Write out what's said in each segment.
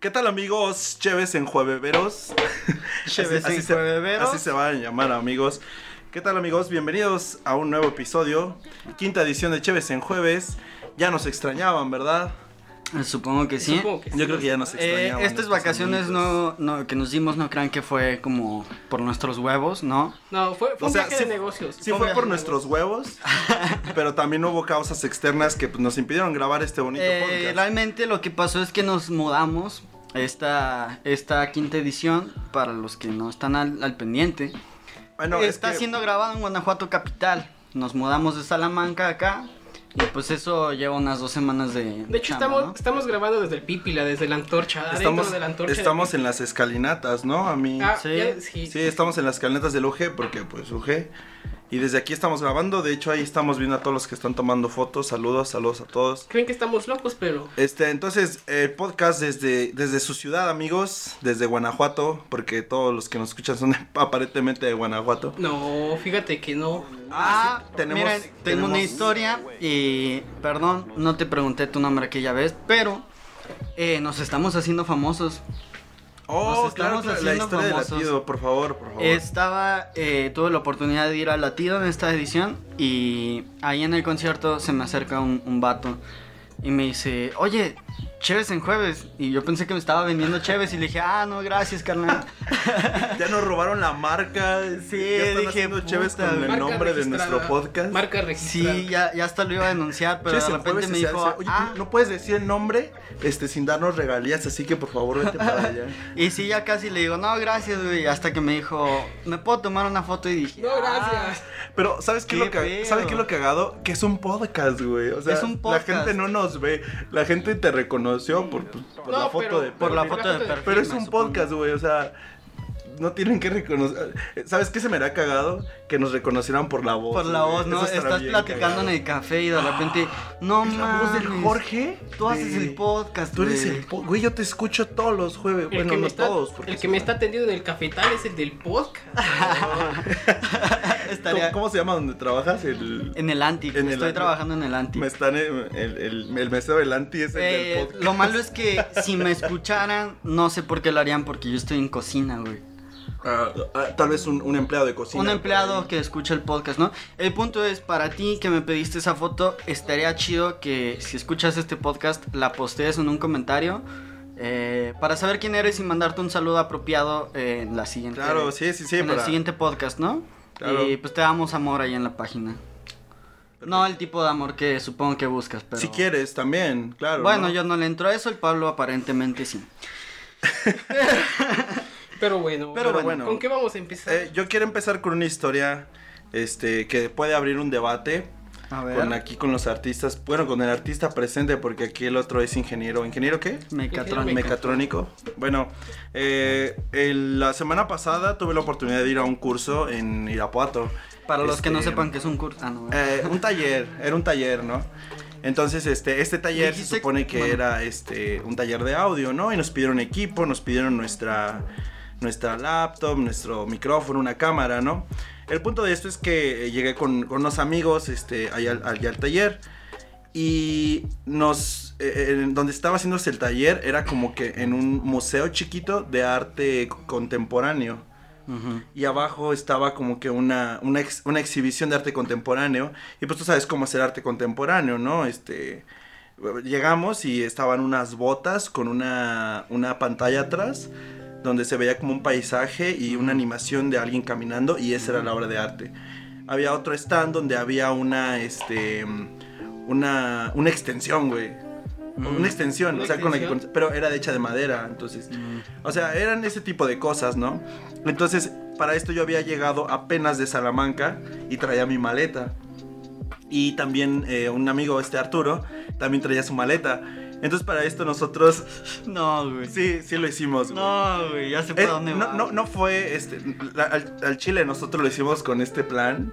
¿Qué tal amigos? Cheves en Jueveveros. Cheves en se, Jueveveros. así se van a llamar amigos. ¿Qué tal amigos? Bienvenidos a un nuevo episodio. Quinta edición de Cheves en Jueves. Ya nos extrañaban, ¿verdad? Eh, Supongo que sí. Supongo que sí. Yo creo que ya nos Eh, extrañaban. estas nuestros vacaciones amiguitos. no, no- que nos dimos no crean que fue como por nuestros huevos, ¿no? No, fue, fue O un sea, viaje sí- de negocios. Sí fue por nuestros huevos, pero también hubo causas externas que pues, nos impidieron grabar este bonito Eh, podcast. realmente lo que pasó es que nos mudamos esta, esta quinta edición, para los que no están al, al pendiente, Bueno, es está que- siendo grabado en Guanajuato Capital. Nos mudamos de Salamanca acá y pues eso lleva unas dos semanas de... De hecho, chamba, estamos, ¿no? estamos grabando desde el Pípila, desde la antorcha. adentro Estamos, de la antorcha. estamos en las escalinatas, ¿no? A mí. Ah, Sí. ya- sí. Sí, estamos en las escalinatas del UG porque pues UG. Y desde aquí estamos grabando, de hecho ahí estamos viendo a todos los que están tomando fotos, saludos, saludos a todos. Creen que estamos locos, pero. Este, entonces, el podcast desde, desde su ciudad, amigos, desde Guanajuato, porque todos los que nos escuchan son aparentemente de Guanajuato. No, fíjate que no. Ah, sí, tenemos- miren, tengo tenemos- una historia y perdón, no te pregunté tu nombre aquella vez, pero eh, nos estamos haciendo famosos. Oh, Nos claro, estamos claro, la haciendo historia de famosos. latido, por favor, por favor. Estaba, eh, tuve la oportunidad de ir al latido en esta edición y ahí en el concierto se me acerca un, un vato y me dice, oye, Cheves en jueves. Y yo pensé que me estaba vendiendo Cheves y le dije, ah, no, gracias, carnal. Ya nos robaron la marca. Sí, ya están dije, haciendo puta, chéves con el Marca nombre de registrada. nuestro podcast. Marca registrada. Sí, ya, ya hasta lo iba a denunciar, pero Chéves de en repente jueves me y se dijo, hace, Oye, ah, no puedes decir el nombre este, sin darnos regalías, así que por favor vete para allá. Y sí, ya casi le digo, no, gracias, güey. Hasta que me dijo, ¿me puedo tomar una foto? Y dije, No, "Ah". gracias. Pero, ¿sabes qué, Qué lo que, pedo. ¿sabes qué es lo cagado? Que es un podcast, güey. O sea, Es un podcast. la gente no nos ve. La gente te reconoció por, por la No, foto pero- de "Ah, Por la perfil. foto de perfil. Pero es me un supongo. podcast, güey. O sea, no tienen que reconocer. ¿Sabes qué se me hará cagado? Que nos reconocieran por la voz. Por la güey. voz, ¿no? Eso estará Estás bien platicando cagado. en el café y de repente, no Es la mames. voz del Jorge. Tú de- haces el podcast, Tú eres güey". el po- Güey, yo te escucho todos los jueves. El bueno, que, me no está, todos. porque el que sí, ¿no? me está atendiendo en el cafetal es el del podcast. Estaría ¿Cómo se llama donde trabajas? El... en el anti. En el Estoy anti. trabajando en el anti. Me están. El, el, el, el mesero del anti es el Eh, del podcast. lo malo es que si me escucharan, no sé por qué lo harían, porque yo estoy en cocina, güey. Ah, ah, tal vez un, un empleado de cocina. un empleado que escucha el podcast, ¿no? El punto es, para ti que me pediste esa foto, estaría chido que si escuchas este podcast, la postees en un comentario eh, para saber quién eres y mandarte un saludo apropiado eh, en la siguiente. Claro, sí, sí, sí. en para- el siguiente podcast, ¿no? Claro. Y pues te damos amor ahí en la página. No el tipo de amor que supongo que buscas, pero... Si quieres también, claro. Bueno, ¿no? yo no le entro a eso, el Pablo aparentemente sí. Pero bueno. Pero bueno. ¿Con qué vamos a empezar? Eh, yo quiero empezar con una historia este, que puede abrir un debate A ver, con aquí con los artistas. Bueno, con el artista presente, porque aquí el otro es ingeniero. ¿Ingeniero qué? mecatrónica. Mecatrónico. Bueno, eh, el- la semana pasada tuve la oportunidad de ir a un curso en Irapuato. Para los que no Este, sepan que es un curso... Ah, no, Eh, un taller, era un taller, ¿no? Entonces, este, este taller se Dijiste- supone que bueno. era este, un taller de audio, ¿no? Y nos pidieron equipo, nos pidieron nuestra, nuestra laptop, nuestro micrófono, una cámara, ¿no? El punto de esto es que eh, llegué con, con unos amigos este, allá, al- allá al taller y nos... eh, en donde estaba haciéndose el taller era como que en un museo chiquito de arte contemporáneo Ujú. y abajo estaba como que una, una, ex- una exhibición de arte contemporáneo. Y pues tú sabes cómo hacer arte contemporáneo, ¿no? Este, llegamos y estaban unas botas con una, una pantalla atrás donde se veía como un paisaje y una animación de alguien caminando y esa era la obra de arte. Había otro stand donde había una, este, una, una extensión, güey. Una extensión, ¿Una o sea, con la que- extensión? pero era de hecha de madera, entonces. O sea, eran ese tipo de cosas, ¿no? Entonces, para esto yo había llegado apenas de Salamanca y traía mi maleta. Y también eh, un amigo, este Arturo, también traía su maleta. Entonces, para esto nosotros No, güey. sí, sí lo hicimos. güey. No, güey, ya sé por Eh, dónde no, va. no, no fue este, la- al, al Chile nosotros lo hicimos con este plan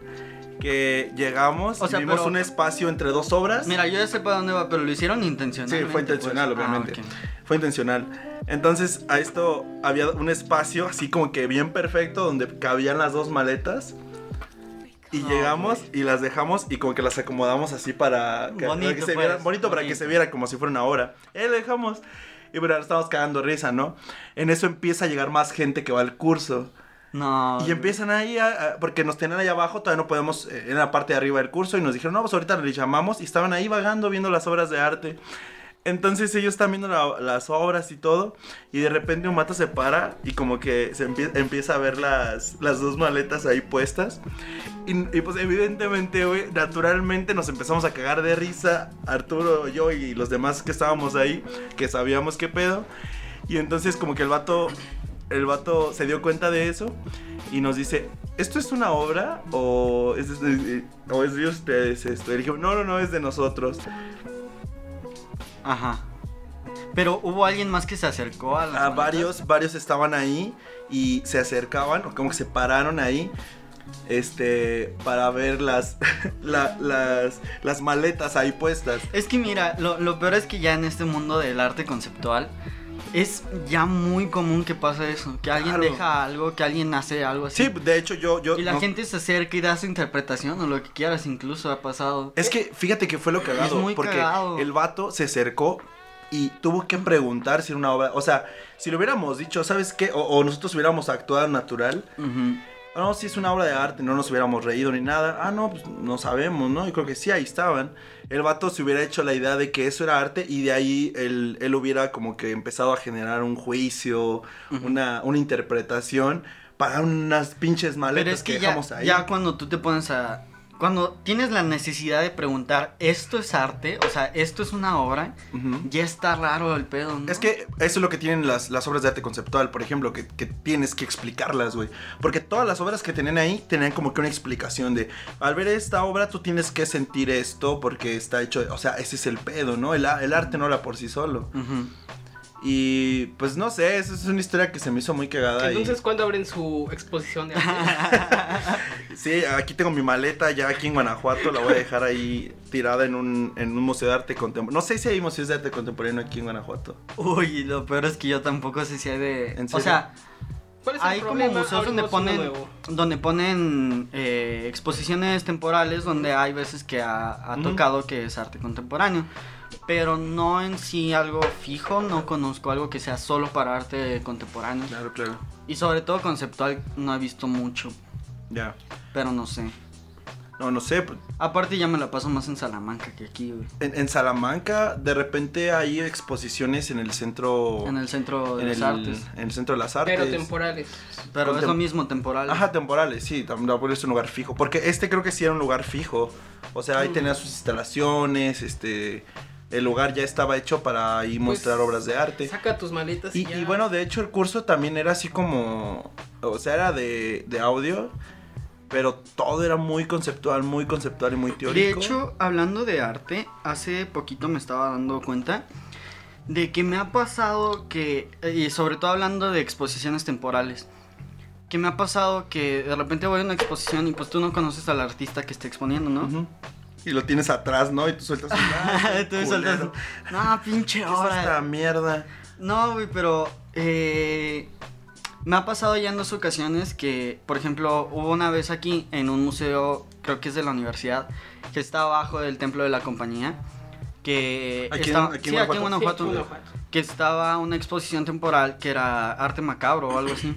que llegamos, O sea, vimos pero- un espacio entre dos obras. Mira, yo ya sé para dónde va, pero lo hicieron intencional. Ah, Sí, fue intencional, obviamente. Fue intencional. Entonces, a esto había un espacio así como que bien perfecto donde cabían las dos maletas. Y No, llegamos y las dejamos y como que las acomodamos así para que, para Bonito, que se pues, viera bonito, para que bonito. se viera como si fuera una obra. Eh, la dejamos. Y bueno, nos estamos cagando risa, ¿no? En eso empieza a llegar más gente que va al curso. No. Y empiezan ahí, a- a- porque nos tenían allá abajo, todavía no podemos, eh, en la parte de arriba del curso, y nos dijeron, no, pues ahorita les llamamos, y estaban ahí vagando viendo las obras de arte. Entonces ellos están viendo la- las obras y todo, y de repente un mata se para y como que se empie- empieza a ver las, las dos maletas ahí puestas. Y, y, pues evidentemente, güey, naturalmente nos empezamos a cagar de risa, Arturo, yo y los demás que estábamos ahí, que sabíamos qué pedo. Y entonces como que el vato, el vato se dio cuenta de eso y nos dice, ¿esto es una obra o es, es- es- o es de ustedes esto? Y le dije, no, no, no, es de nosotros. Ajá. Pero hubo alguien más que se acercó a las A maletas? varios, varios estaban ahí y se acercaban, o como que se pararon ahí, este, para ver las, la- las, las maletas ahí puestas. Es que mira, lo, lo peor es que ya en este mundo del arte conceptual es ya muy común que pasa eso, que alguien Claro. deja algo, que alguien hace algo así. Sí, de hecho yo... yo y la no- gente se acerca y da su interpretación o lo que quieras, incluso ha pasado. Es que fíjate que fue lo cagado. muy porque cagado. el vato se acercó y tuvo que preguntar si era una obra. O sea, si lo hubiéramos dicho, ¿sabes qué? O, o nosotros hubiéramos actuado natural. Ujú. "Ah, No, si es una obra de arte, no nos hubiéramos reído ni nada. Ah, no, pues no sabemos, ¿no? Y creo que sí, ahí estaban. El vato se hubiera hecho la idea de que eso era arte y de ahí él, él hubiera como que empezado a generar un juicio, Ujú. una, una interpretación para unas pinches maletas Pero es que, que, ya, dejamos ahí. ya cuando tú te pones a... Cuando tienes la necesidad de preguntar, ¿esto es arte? O sea, ¿esto es una obra? Ujú. Ya está raro el pedo, ¿no? Es que eso es lo que tienen las, las obras de arte conceptual, por ejemplo, que, que tienes que explicarlas, güey. Porque todas las obras que tenían ahí tenían como que una explicación de, al ver esta obra tú tienes que sentir esto porque está hecho, de-". o sea, ese es el pedo, ¿no? El, a- el arte no habla por sí solo. Ujú. Y pues no sé, esa es una historia que se me hizo muy cagada. y- Entonces, ¿cuándo abren su exposición de arte? sí, aquí tengo mi maleta ya aquí en Guanajuato, la voy a dejar ahí tirada en un, en un museo de arte contemporáneo. No sé si hay museos de arte contemporáneo aquí en Guanajuato. Uy, lo peor es que yo tampoco sé si hay de... ¿En O serio? sea, ¿Cuál es el hay como problema? museos donde Abrimos uno ponen, nuevo. donde ponen eh, exposiciones temporales donde hay veces que ha, ha Ujú. tocado que es arte contemporáneo. Pero no en sí algo fijo, no conozco algo que sea solo para arte contemporáneo. Claro, claro. Y sobre todo conceptual no he visto mucho, Ya. pero no sé. No, no sé, pues, Aparte ya me la paso más en Salamanca que aquí, güey. En, en Salamanca, de repente hay exposiciones en el centro. En el centro Oh. de en las el- artes. en el centro de las artes. Pero temporales. Pero es contem- lo mismo, temporal. Ajá, temporales, sí, también es un lugar fijo. Porque este creo que sí era un lugar fijo. O sea, ahí Mm. tenía sus instalaciones, este. El lugar ya estaba hecho para ahí Pues, mostrar obras de arte. Saca tus maletas y, Este, Y, ya. y bueno, de hecho el curso también era así como, o sea, era de, de audio, pero todo era muy conceptual, muy conceptual y muy teórico. De hecho, hablando de arte, hace poquito me estaba dando cuenta de que me ha pasado que, y sobre todo hablando de exposiciones temporales, que me ha pasado que de repente voy a una exposición y pues tú no conoces al artista que está exponiendo, ¿no? Ujú. Y lo tienes atrás, ¿no? Y tú sueltas un... "Ah, Tú me culero". saltas, No, pinche ¿Qué es esta obra. mierda? No, güey, pero eh, me ha pasado ya en dos ocasiones que, por ejemplo, hubo una vez aquí en un museo, creo que es de la universidad, que está abajo del templo de la compañía, que Aquí en- estaba, aquí en sí, aquí en Sí, Guanajuato, Guanajuato. que estaba una exposición temporal que era arte macabro o algo así,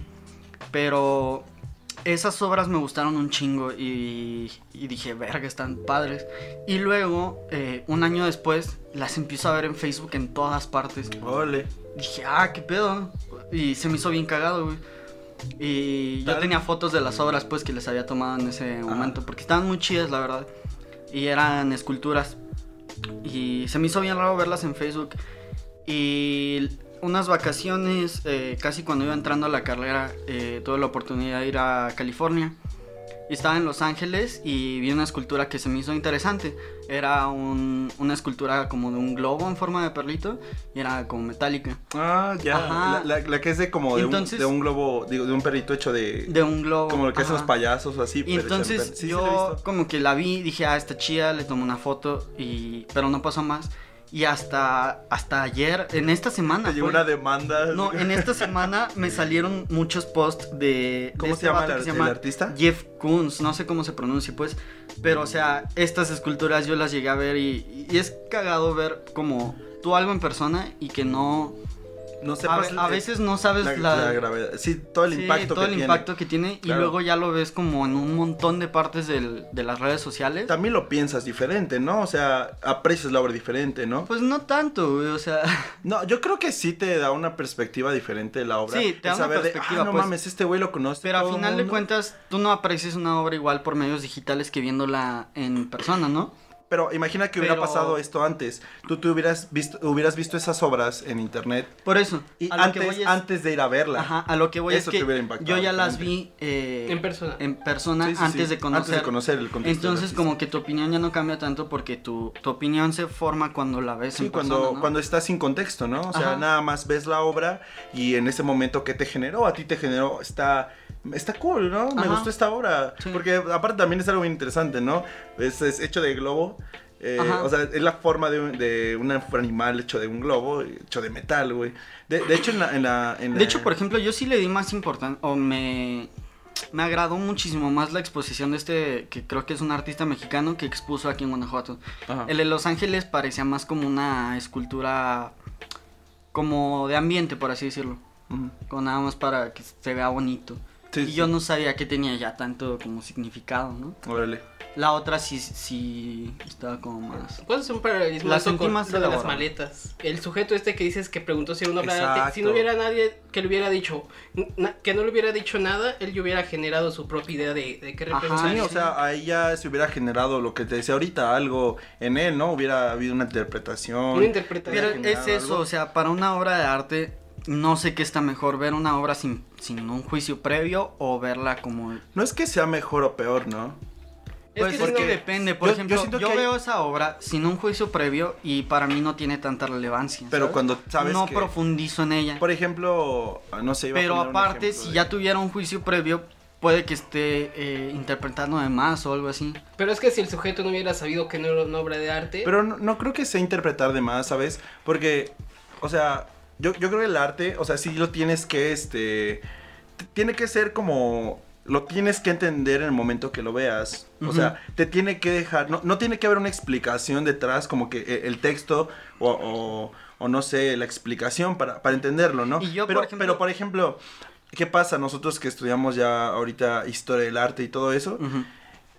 pero esas obras me gustaron un chingo y, y dije, verga, están padres. Y luego, eh, un año después, las empiezo a ver en Facebook en todas partes Ole. dije, ah, qué pedo. Y se me hizo bien cagado, güey. Y yo Tal- tenía fotos de las obras, pues, que les había tomado en ese momento, porque estaban muy chidas, la verdad. Y eran esculturas. Y se me hizo bien raro verlas en Facebook. Y l- unas vacaciones, eh, casi cuando iba entrando a la carrera, eh, tuve la oportunidad de ir a California. Y estaba en Los Ángeles y vi una escultura que se me hizo interesante. Era un- una escultura como de un globo en forma de perlito y era como metálica. Ah, ya. Ajá. La, la- la que es de como de, Entonces- un, de un globo, digo, de un perrito hecho de... De un globo. como lo que hacen los ajá. payasos o así. Y pero hecho de entonces perro. Sí, sí, lo he yo visto. como que la vi, dije, ah, está chida, le tomé una foto, y pero no pasó más. Y hasta, hasta ayer, en esta semana... Te llegó fue- una demanda. no, en esta semana me salieron muchos posts de... de ¿Cómo este se llama, vato el, que se el llama artista? Jeff Koons, no sé cómo se pronuncia pues, pero o sea, estas esculturas yo las llegué a ver y, y es cagado ver como tú algo en persona y que no, no A, sepas ve- a el- veces no sabes la, la, la gravedad. Sí, todo el sí, impacto todo que el tiene. impacto que tiene Claro. y luego ya lo ves como en un montón de partes del- de las redes sociales. También lo piensas diferente, ¿no? O sea, aprecias la obra diferente, ¿no? Pues no tanto, güey, o sea, No, yo creo que sí te da una perspectiva diferente de la obra. Sí, te da El una saber de, perspectiva, "Ah, no pues". mames, este güey lo conoce. pero todo a el final de mundo". cuentas tú no aprecias una obra igual por medios digitales que viéndola en persona, ¿no? Pero imagina que hubiera Pero- pasado esto antes. Tú te hubieras visto, hubieras visto esas obras en internet Por eso, y a lo que antes, voy es- antes de ir a verla. Ajá, a lo que voy Eso es te que hubiera impactado yo ya las vi diferente. eh, En persona. en persona Sí, sí, sí, antes de conocer. Antes de conocer el contexto. del Entonces artista. como que tu opinión ya no cambia tanto porque tu, tu opinión se forma cuando la ves Sí, en cuando, persona, ¿no? cuando estás sin contexto, ¿no? O sea, Ajá. nada más ves la obra y en ese momento que te generó, a ti te generó, está, está cool, ¿no? Me Ajá. gustó esta obra. Sí. Porque aparte también es algo muy interesante, ¿no? Es, es hecho de globo. eh, Ajá. o sea, es la forma de un, de un animal hecho de un globo, hecho de metal, güey. De, de hecho, en la, en la- en la- De hecho, por ejemplo, yo sí le di más importancia, o me, me agradó muchísimo más la exposición de este, que creo que es un artista mexicano que expuso aquí en Guanajuato. Ajá. El de Los Ángeles parecía más como una escultura, como de ambiente, por así decirlo. Ujú. Como nada más para que se vea bonito. Sí, y sí. yo no sabía que tenía ya tanto como significado, ¿no? Órale. La otra sí, sí estaba como más... ¿Puedes hacer un paralelismo Las esto con íntimas lo de las elaboradas. maletas? El sujeto este que dices que preguntó si era una obra de arte. Si no Exacto. hubiera nadie que le hubiera dicho, na- que no le hubiera dicho nada, él ya hubiera generado su propia idea de, de qué Ajá. representa. Sí, Ah, o sí. sea, ahí ya se hubiera generado lo que te decía ahorita, algo en él, ¿no? Hubiera habido una interpretación. Una interpretación. Pero hubiera es generado eso, algo. o sea, para una obra de arte, no sé qué está mejor, ver una obra sin, sin un juicio previo o verla como... No es que sea mejor o peor, ¿no? Es Pues que es si no- que depende, por yo- yo ejemplo, siento yo, que hay- veo esa obra sin un juicio previo y para mí no tiene tanta relevancia. Pero ¿sabes? cuando sabes No que... profundizo en ella. Por ejemplo, ah, no sé, iba a Pero poner un aparte, ejemplo si de- ya tuviera un juicio previo, puede que esté eh, interpretando de más o algo así. Pero es que si el sujeto no hubiera sabido que no era una obra de arte, Pero no, no creo que sea interpretar de más, ¿sabes? Porque, o sea, yo, yo creo que el arte, o sea, sí lo tienes que, este... t- Tiene que ser como... Lo tienes que entender en el momento que lo veas. O Ujú. sea, te tiene que dejar... No, no tiene que haber una explicación detrás, como que e- el texto o... o- o no sé, la explicación para, para entenderlo, ¿no? Y yo, pero, por ejemplo- pero, por ejemplo, ¿qué pasa? Nosotros que estudiamos ya ahorita historia del arte y todo eso, Ujú.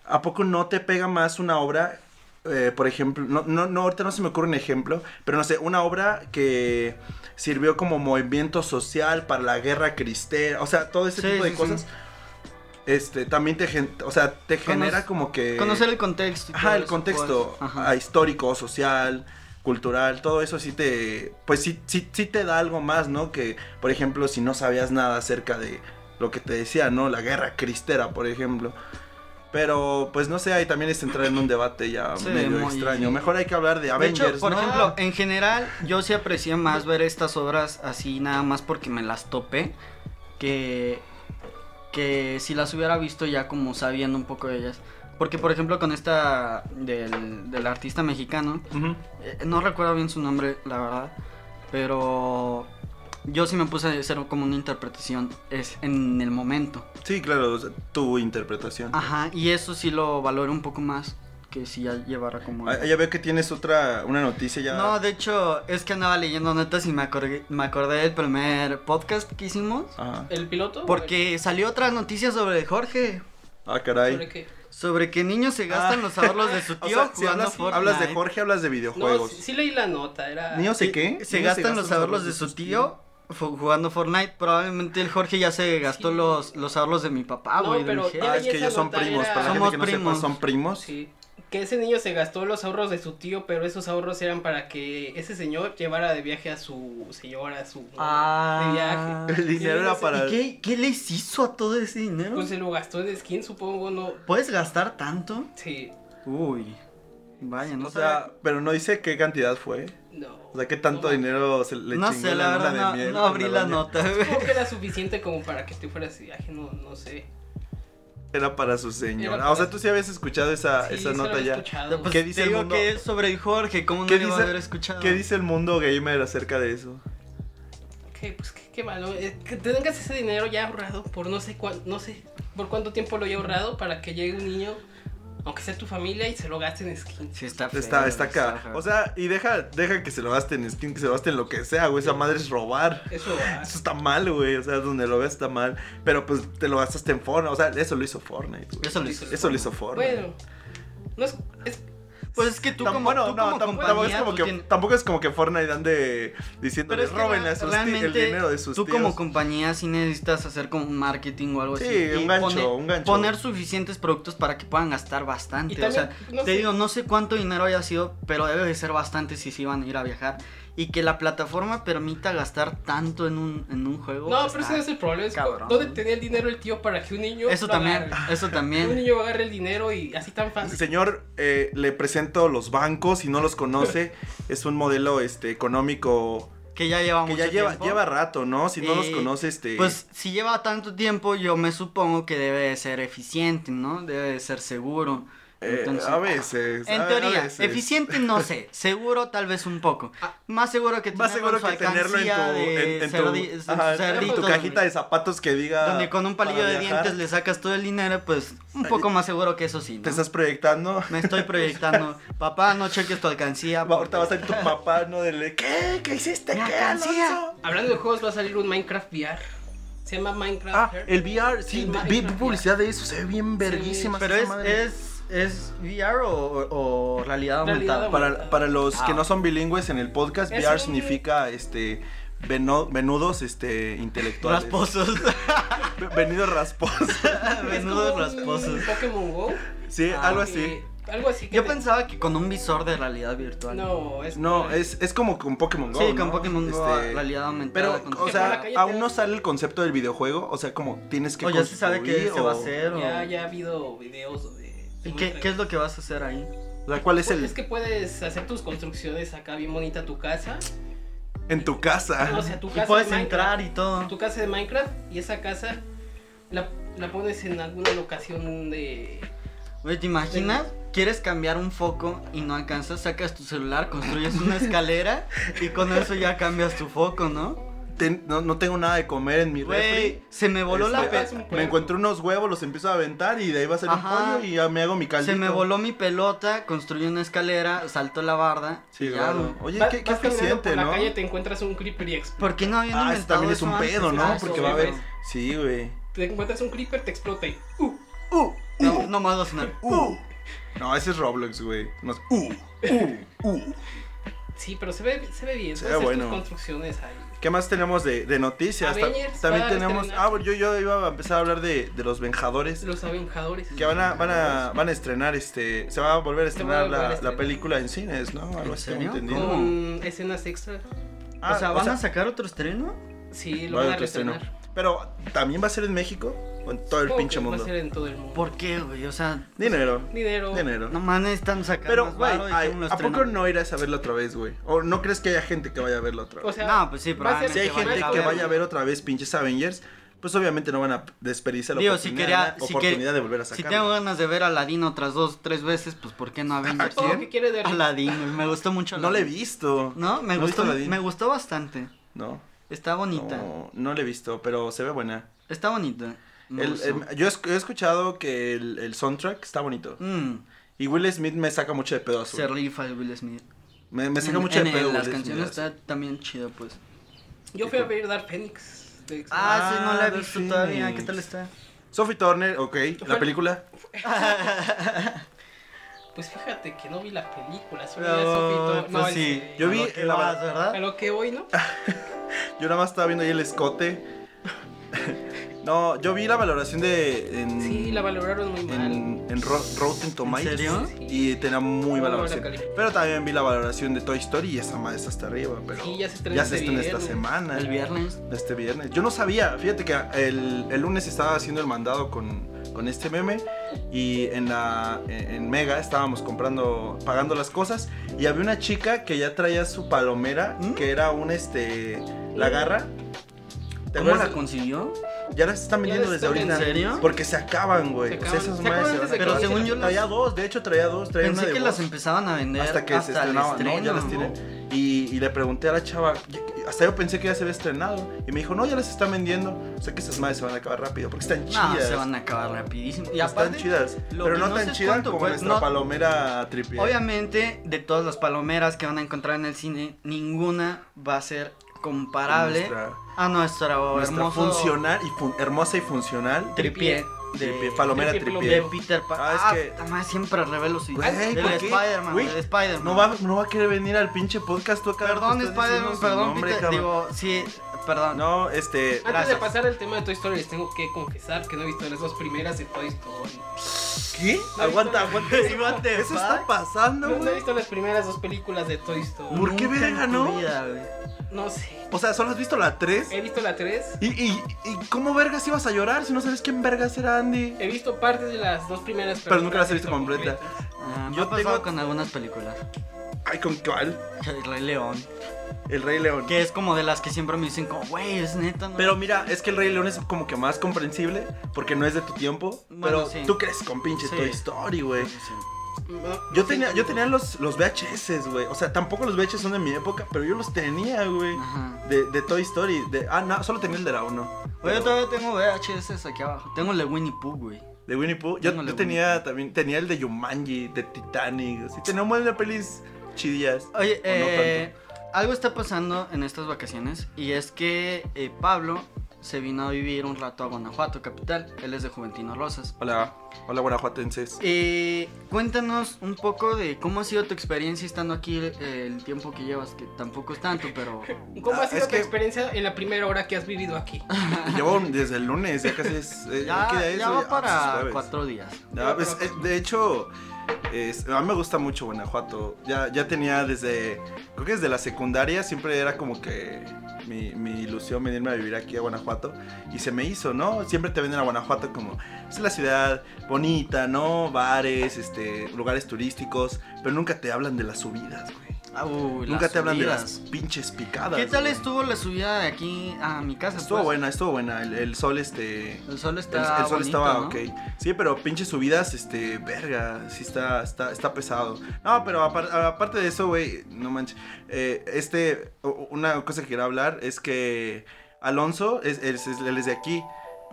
¿A poco no te pega más una obra? eh, por ejemplo, no, no, no, ahorita no se me ocurre un ejemplo, pero no sé, una obra que sirvió como movimiento social para la guerra cristera, o sea, todo ese Sí, tipo de sí, sí. cosas, este, también te, gen- o sea, te genera Conoc- como que... Conocer el contexto. y todo Ajá, el eso, contexto pues, ajá. ah, histórico, social, cultural, todo eso sí te, pues sí, sí, sí te da algo más, ¿no? Que, por ejemplo, si no sabías nada acerca de lo que te decía, ¿no? La guerra cristera, por ejemplo. Pero, pues no sé, ahí también es entrar en un debate ya Sí, medio muy- extraño. Mejor hay que hablar de De Avengers, hecho, por ¿no? ejemplo, en general, yo sí aprecié más ver estas obras así nada más porque me las topé que, que si las hubiera visto ya como sabiendo un poco de ellas. Porque, por ejemplo, con esta del, del artista mexicano, Ujú. eh, no recuerdo bien su nombre, la verdad, pero yo sí me puse a hacer como una interpretación es en el momento. Sí, claro, o sea, tu interpretación. Ajá, y eso sí lo valoro un poco más que si ya llevara como... Ah, ya veo que tienes otra, una noticia ya. No, de hecho, es que andaba leyendo notas y me acordé, me acordé del primer podcast que hicimos. Ajá. el Oh, piloto. Porque salió otra noticia sobre Jorge. Ah, ¿Sobre caray. qué? Sobre que niños se gastan Ah. los ahorros de su O tío sea, si jugando hablas, Fortnite. hablas de Jorge, hablas de No, videojuegos. sí, sí leí la nota, era... Niños de qué? Se Niños gastan los ahorros de su tío fu- jugando Fortnite. Probablemente el Jorge ya se gastó Sí. los, los ahorros de mi papá, No, güey. de pero mi jefe. ya Ah, es veía que esa ellos son nota, primos. era- Para la gente Somos que no sepa, primos. son primos. Sí. Que ese niño se gastó los ahorros de su tío, pero esos ahorros eran para que ese señor llevara de viaje a su señora, a su novia, de viaje. Ah. El dinero era para. eh, ¿Y qué, qué les hizo a todo ese dinero? Pues se lo gastó en skin, supongo, no. ¿Puedes gastar tanto? Sí, Uy. Vaya, no O sea, pero no dice qué cantidad fue. no. O sea, qué tanto No, dinero se le no chingó sé, la la luna verdad, no, de miel. no con abrí la doña. nota, güey. Supongo que era suficiente como para que te fueras de viaje, no, no sé. Era para su señora. Era para o sea, su- tú sí habías escuchado esa, Sí, esa sí lo nota había ya. escuchado. ¿Qué dice pues, Te el digo mundo? que es sobre el Jorge, ¿cómo no ¿Qué lo iba a dice- haber escuchado? ¿Qué dice el mundo gamer acerca de eso? Que, pues que, que malo. eh, Que te tengas ese dinero ya ahorrado por no sé cuánto, no sé por cuánto tiempo lo he ahorrado para que llegue un niño Aunque sea tu familia y se lo gasten en skins. Sí, está feo, Está, está acá. feo. O sea, y deja, deja que se lo gasten en skin, que se lo gasten lo que sea, güey. Esa madre es robar. Eso va. Eso está mal, güey. O sea, donde lo veas está mal. Pero pues te lo gastaste en Fortnite. O sea, eso lo hizo Fortnite, güey. Eso lo hizo Eso lo hizo Fortnite. Bueno, no es, es- Pues es que tú Tam- como, bueno, tú no, como tam- compañía, tampoco, es como tú que, tienes- tampoco es como que Fortnite ande diciéndole, es que roben ra- el dinero de sus tú tíos". como compañía sí necesitas hacer como un marketing o algo Sí, así. un y gancho, un gancho. Poner suficientes productos para que puedan gastar bastante. Y también, o sea, no te sé. digo, no sé cuánto dinero haya sido, pero debe de ser bastante si sí van a ir a viajar. Y que la plataforma permita gastar tanto en un, en un juego. No, pues, pero ese está- no es el problema. Es cabrón. ¿Dónde tenía el dinero el tío para que un niño. Eso lo también, agarre? eso Que un también. niño agarre el dinero y así tan fácil. Señor, eh, le presento los bancos, si no los conoce, es un modelo este económico Que ya lleva que mucho ya lleva, tiempo. lleva rato, ¿no? Si no los Eh, conoce, este... Pues si lleva tanto tiempo, yo me supongo que debe de ser eficiente, ¿no? Debe de ser seguro. eh, Entonces, a veces. a- En a teoría, veces. eficiente no sé, seguro tal vez un poco. Ah, Más seguro que Más seguro tenerlo que en su tenerlo en alcancía tu, de en, en tu- cerdi- en sus ajá, en cerditos, tu güey. cajita de zapatos que diga... Donde con un palillo para de viajar. eh, dientes le sacas todo el dinero, pues un poco más seguro que eso sí. ¿no? Te estás proyectando. Me estoy proyectando. Papá, no cheques tu alcancía. Va, Ahorita va a porque- salir tu papá, ¿no? Del, ¿Qué? ¿Qué hiciste? Mi ¿Qué, alcancía. Alonso? Hablando de juegos, va a salir un Minecraft VR. Se llama Minecraft Ah, VR. el VR, sí, El vi- vi Minecraft publicidad de eso, se ve bien verguísima. Pero esa es, madre. es, es VR o, o- o realidad Realidad aumentada. Para, para los Ah. que no son bilingües en el podcast, Es VR un- significa este veno- venudos este intelectuales. Rasposos. Ve- Venidos rasposos. Es como Menudos un rasposos. Pokémon Go. sí, Ah, algo que- así. algo así. que Yo te- pensaba que con un visor de realidad virtual. No, es. No, es, es como con Pokémon Go. Sí, con ¿no? Pokémon Go, Este, realidad aumentada. Pero, con- o Que por la sea, calle te aún dan- no sale el concepto del videojuego. O sea, como tienes que. o ya se sabe que construir se va a o- hacer. o- Ya, ya ha habido videos de. Pues ¿Y qué, qué es lo que vas a hacer ahí? O sea, ¿cuál es Pues el. Es que puedes hacer tus construcciones acá bien bonita tu casa. En tu casa. O sea, tu Y casa. puedes de Minecraft. entrar y todo. tu casa de Minecraft y esa casa la, la pones en alguna locación de... Oye, ¿te imaginas? Quieres cambiar un foco y no alcanzas, sacas tu celular, construyes una escalera y con eso ya cambias tu foco, ¿no? Ten- no, no tengo nada de comer en mi Güey, refri. se me voló la Este, pe- es un puerco. Me encuentro unos huevos, los empiezo a aventar y de ahí va a ser Ajá. un pollo y ya me hago mi pe- caldito. se me voló mi pelota, construí una escalera, saltó la barda. Sí, y ya, claro. güey. Oye, Va- qué, qué vas caminando eficiente, por ¿no? la calle te encuentras un creeper y explota. ¿Por qué no habían Ah, ese inventado también es eso un antes? pedo, ¿no? Ah, Porque eso, va a haber. güey. Sí, güey. Te encuentras un creeper, te explota y... ¡Uh! Uh, No, no más va a sonar. uh. No, ese es Roblox, güey. Más uh, uh, uh. Sí, pero se ve, se ve bien. Se ve Puedes hacer tus bueno. construcciones ahí. ¿Qué más tenemos de, de noticias? Ta- Avengers también va a tenemos. estrenar. Ah, bueno, yo, yo iba a empezar a hablar de, de los Venjadores. Los avenjadores. Que van a, van, a, van a estrenar este. Se va a volver a Se va estrenar a volver a la, la estrenar. película en cines, ¿no? Algo ¿En así tengo serio? entendido. ¿Cómo? Con escenas extra. Ah, o sea, ¿van a sacar otro estreno? Sí, lo va a van a haber otro estreno. reestrenar. Pero, ¿también va a ser en México? ¿O en todo el Supongo pinche que mundo? Va a ser en todo el mundo. ¿Por qué, güey? O sea, Dinero. Dinero. Dinero. no más necesitan sacar Pero, más güey, varo y ay, según lo ¿a poco estrenan. no irás a verla otra vez, güey? ¿O no crees que haya gente que vaya a verla otra vez? O sea, No, pues sí, va a ser- si probablemente hay van a gente ir a que verla. vaya a ver otra vez pinches Avengers, pues obviamente no van a desperdiciar la Digo, si oportunidad, quería, la si, oportunidad quer- de volver a si sacarla. tengo ganas de ver a Aladdin otras dos, tres veces, pues ¿por qué no Avengers? Todo lo que quiere de Aladdin, güey, me gustó mucho. No la he Aladdin. visto. No, me he gustó, visto Aladdin. me gustó bastante. No, Está bonita, no, no la he visto, pero se ve buena. está bonita. me El- gustó. el- yo he escuchado que el, el soundtrack está bonito. Mm, Y Will Smith me saca mucho de pedo. se rifa el Will Smith. Me, me saca En- mucho en de pedo. el- Las Will Smith. canciones está también chido, pues. yo fui a ver Dark Phoenix. de- Ah, sí, no la he The visto todavía. Phoenix. ¿Qué tal está? Sophie Turner, ok. La película. Pues fíjate que no vi la película. Solo vi a Sophie No, Turner. pues el- sí. Yo vi- A lo que la vas, verdad- este, A ¿verdad? lo que voy, ¿no? Yo nada más estaba viendo ahí el escote. no, yo vi la valoración de. En, Sí, la valoraron muy mal. en, en Ro- Rotten Tomatoes. ¿En serio? Y tenía muy No, mala la valoración. calificación. Pero también vi la valoración de Toy Story y esa madre está hasta arriba. Pero Sí, ya se estrena ya se este estrena esta viernes. semana. El viernes. Este viernes. Yo no sabía, fíjate que ah, el, el lunes estaba haciendo el mandado con, con este meme y en la en, en Mega estábamos comprando, pagando las cosas y había una chica que ya traía su palomera, ¿Mm? que era un este, la garra. ¿Te ¿Cómo acuerdas? la consiguió? Ya las están vendiendo Ya las desde están- ahorita. ¿En serio? Porque se acaban, güey. Se O sea, acaban- esas se madres acaban se van antes a de que acabar. Pero según yo las- traía dos, de hecho traía dos, traía una Pensé de que las voz. empezaban a vender hasta que se el estrenaban, no, ya estreno. las tienen. Y, y le pregunté a la chava, y- hasta yo pensé que ya se había estrenado. Y me dijo, no, ya las están vendiendo. O sea que esas madres se van a acabar rápido porque están chidas. No, se van a acabar rapidísimo. Y están aparte, chidas. lo Pero que no, no sé tan es chidas cuánto como cuesta- nuestra no- palomera triple. A. obviamente, de todas las palomeras que van a encontrar en el cine, ninguna va a ser comparable eh, Nuestra- a nuestro nuestra hermoso funcional y fun- hermosa y funcional. tripié de, tripié, palomera tripié tripié. de Peter Pan. Ah, es Ah, que- puta madre, siempre revelo su Güey, del ¿por qué? Spider-Man, Güey, del Spider-Man. No va, no va a querer venir al pinche podcast tú acá. Perdón, te estás diciendo Spider-Man, su perdón, nombre, Peter. cabrón. Digo, sí, perdón. No, este. Antes Gracias. de pasar al tema de Toy Story, les tengo que confesar que no he visto las dos primeras de Toy Story. ¿Qué? Aguanta, aguanta. Sí, what the Eso está fuck? pasando, No, no he güey. visto las primeras dos películas de Toy Story. ¿Por qué Nunca en verga, tu no? vida, güey. No sé. O sea, solo has visto la 3. He visto la 3. ¿Y, y, y cómo vergas ibas a llorar si no sabes quién vergas era Andy? He visto partes de las dos primeras Pero no nunca las he visto completa. Ah, me Yo ha pasado tengo- con algunas películas. Ay, ¿con cuál? El Rey León. El Rey León. Que es como de las que siempre me dicen, como, güey, es neta. ¿no?". Pero mira, es que el Rey León es como que más comprensible porque no es de tu tiempo. Bueno, pero sí. tú crees con pinche Sí. Toy Story, güey. Sí. No, Yo no tenía, sé. yo tenía los, los VHS, güey. O sea, tampoco los VHS son de mi época, pero yo los tenía, güey. Ajá. De, de Toy Story. De, ah, no, solo tenía el de la 1. Oye, yo todavía tengo VHS aquí abajo. Tengo el de Winnie Pooh, güey. De Winnie Pooh. Yo, Tengo el yo de tenía también, tenía el de Jumanji, de Titanic. Así, tenía un buen de pelis chidillas. Oye, no eh, algo está pasando en estas vacaciones y es que eh, Pablo se vino a vivir un rato a Guanajuato, capital. Él es de Juventino Rosas. Hola, hola guanajuatenses. Eh, cuéntanos un poco de cómo ha sido tu experiencia estando aquí eh, el tiempo que llevas, que tampoco es tanto, pero... ¿Cómo Ah, ha sido es tu que- Ah, experiencia en la primera hora que has vivido aquí? Llevo desde el lunes, ya casi es. eh, Ya, ¿qué día es, ya güey? va Ah, para pues, es jueves. cuatro días. Ya, pues, eh, de hecho, es- a mí me gusta mucho Guanajuato. Ya, ya tenía desde, creo que desde la secundaria siempre era como que mi, mi ilusión venirme a vivir aquí a Guanajuato. Y se me hizo, ¿no? Siempre te venden a Guanajuato como, es la ciudad bonita, ¿no? Bares, este, lugares turísticos, pero nunca te hablan de las subidas, güey. Ah, uy, Nunca las te hablan de las subidas. pinches picadas. ¿Qué tal güey. estuvo la subida de aquí a mi casa? Estuvo pues? buena, estuvo buena. El, el sol, este... El sol El, el está sol bonito, estaba ¿no? ok. Sí, pero pinches subidas, este, verga, sí está, está, está pesado. No, pero apar- aparte de eso, güey, no manches. eh, este, u- una cosa que quería hablar es que Alonso, es, es- es- él es de aquí.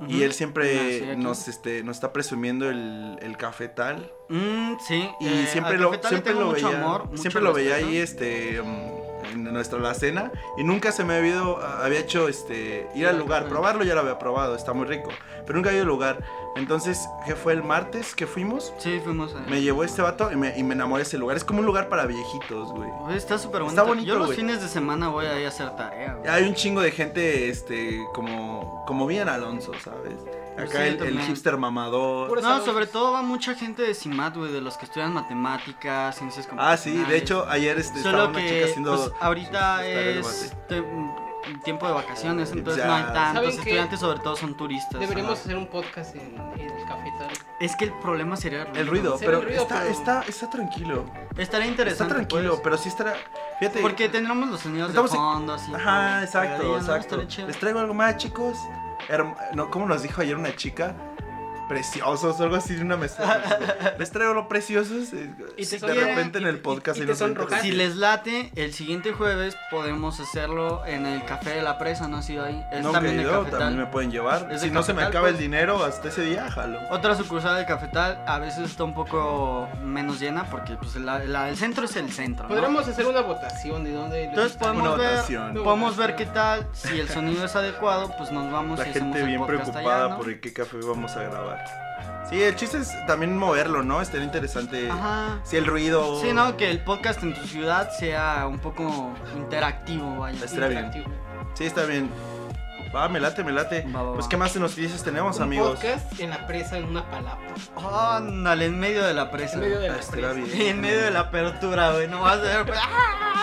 Y Ujú. él Ah, sí, siempre aquí. nos, este, nos está presumiendo el, el cafetal. Mm, sí. Y eh, siempre al lo, Cafetal le siempre tengo lo mucho veía. amor, mucho siempre lo veía respeto. ahí, este. mm, En nuestra alacena y nunca se me había, ido- había hecho este, ir al lugar, probarlo ya lo había probado, está muy rico, pero nunca había ido al lugar. Entonces, ¿qué fue el martes que fuimos? Sí, fuimos a... Me llevó este vato y me, y me enamoré de ese lugar. Es como un lugar para viejitos, güey. Oye, Está súper bonito. Está bonito, Yo los güey. fines de semana voy ahí a hacer tarea. güey. Hay un chingo de gente, este, como, como bien Alonso, ¿sabes? Pues Sí, Acá el, el también. hipster mamador. Puros No, adultos. sobre todo va mucha gente de CIMAT, güey, de los que estudian matemáticas, ciencias Ah, sí, de hecho, ayer este, estaba Solo una que chica haciendo. pues, ahorita sus tareas de es tem- tiempo de vacaciones, entonces Ya. no hay tantos ¿Saben qué? estudiantes, sobre todo son turistas. pues, Deberíamos Ajá. hacer un podcast en, en el cafetal. Es que el problema sería El ruido, Cero pero, el ruido, está, pero- Está, está tranquilo. Estaría Está interesante. tranquilo, pues, pero sí estará. Fíjate. Porque tendremos los sonidos Estamos de en- fondo, así. Ajá, como exacto, pegadillas, ¿no? exacto. Estaría chido. Les traigo algo más, chicos. Herm- No, ¿Cómo nos dijo ayer una chica? Preciosos, algo así de una mesa. Les traigo lo preciosos. eh, Y te de sonríen, repente en y- el y- podcast. y se te nos va a interrumpir. sonrojan. Si les late, el siguiente jueves podemos hacerlo en el Café de la Presa, ¿no ha sido ahí? Es Nunca he también de ido, Cafetal. también me pueden llevar. Es Si de no se me Cafetal, acaba el pues. dinero, hasta ese día, jalo. Otra sucursal del Cafetal a veces está un poco menos llena porque pues la- la- el centro es el centro. ¿no? Podríamos hacer una votación de dónde. Entonces Una podemos ver, votación. podemos ver qué tal, si el sonido es adecuado, pues nos vamos La y hacemos gente el bien podcast allá, preocupada ¿no? por el qué café vamos a grabar. Sí, el chiste es también moverlo, ¿no? Estar interesante. Ajá. Si el ruido. Sí, ¿no? Que el podcast en tu ciudad sea un poco interactivo, vaya. Estaría bien. Sí, está bien. Va, me late, me late. Va, va, pues, va. ¿qué más noticias tenemos, Un amigos? podcast en la presa, en una palapa. Ándale, en medio de la presa. En medio de la Ah, estará presa. bien. En medio de la apertura, güey, no vas a ver. ¡Ah!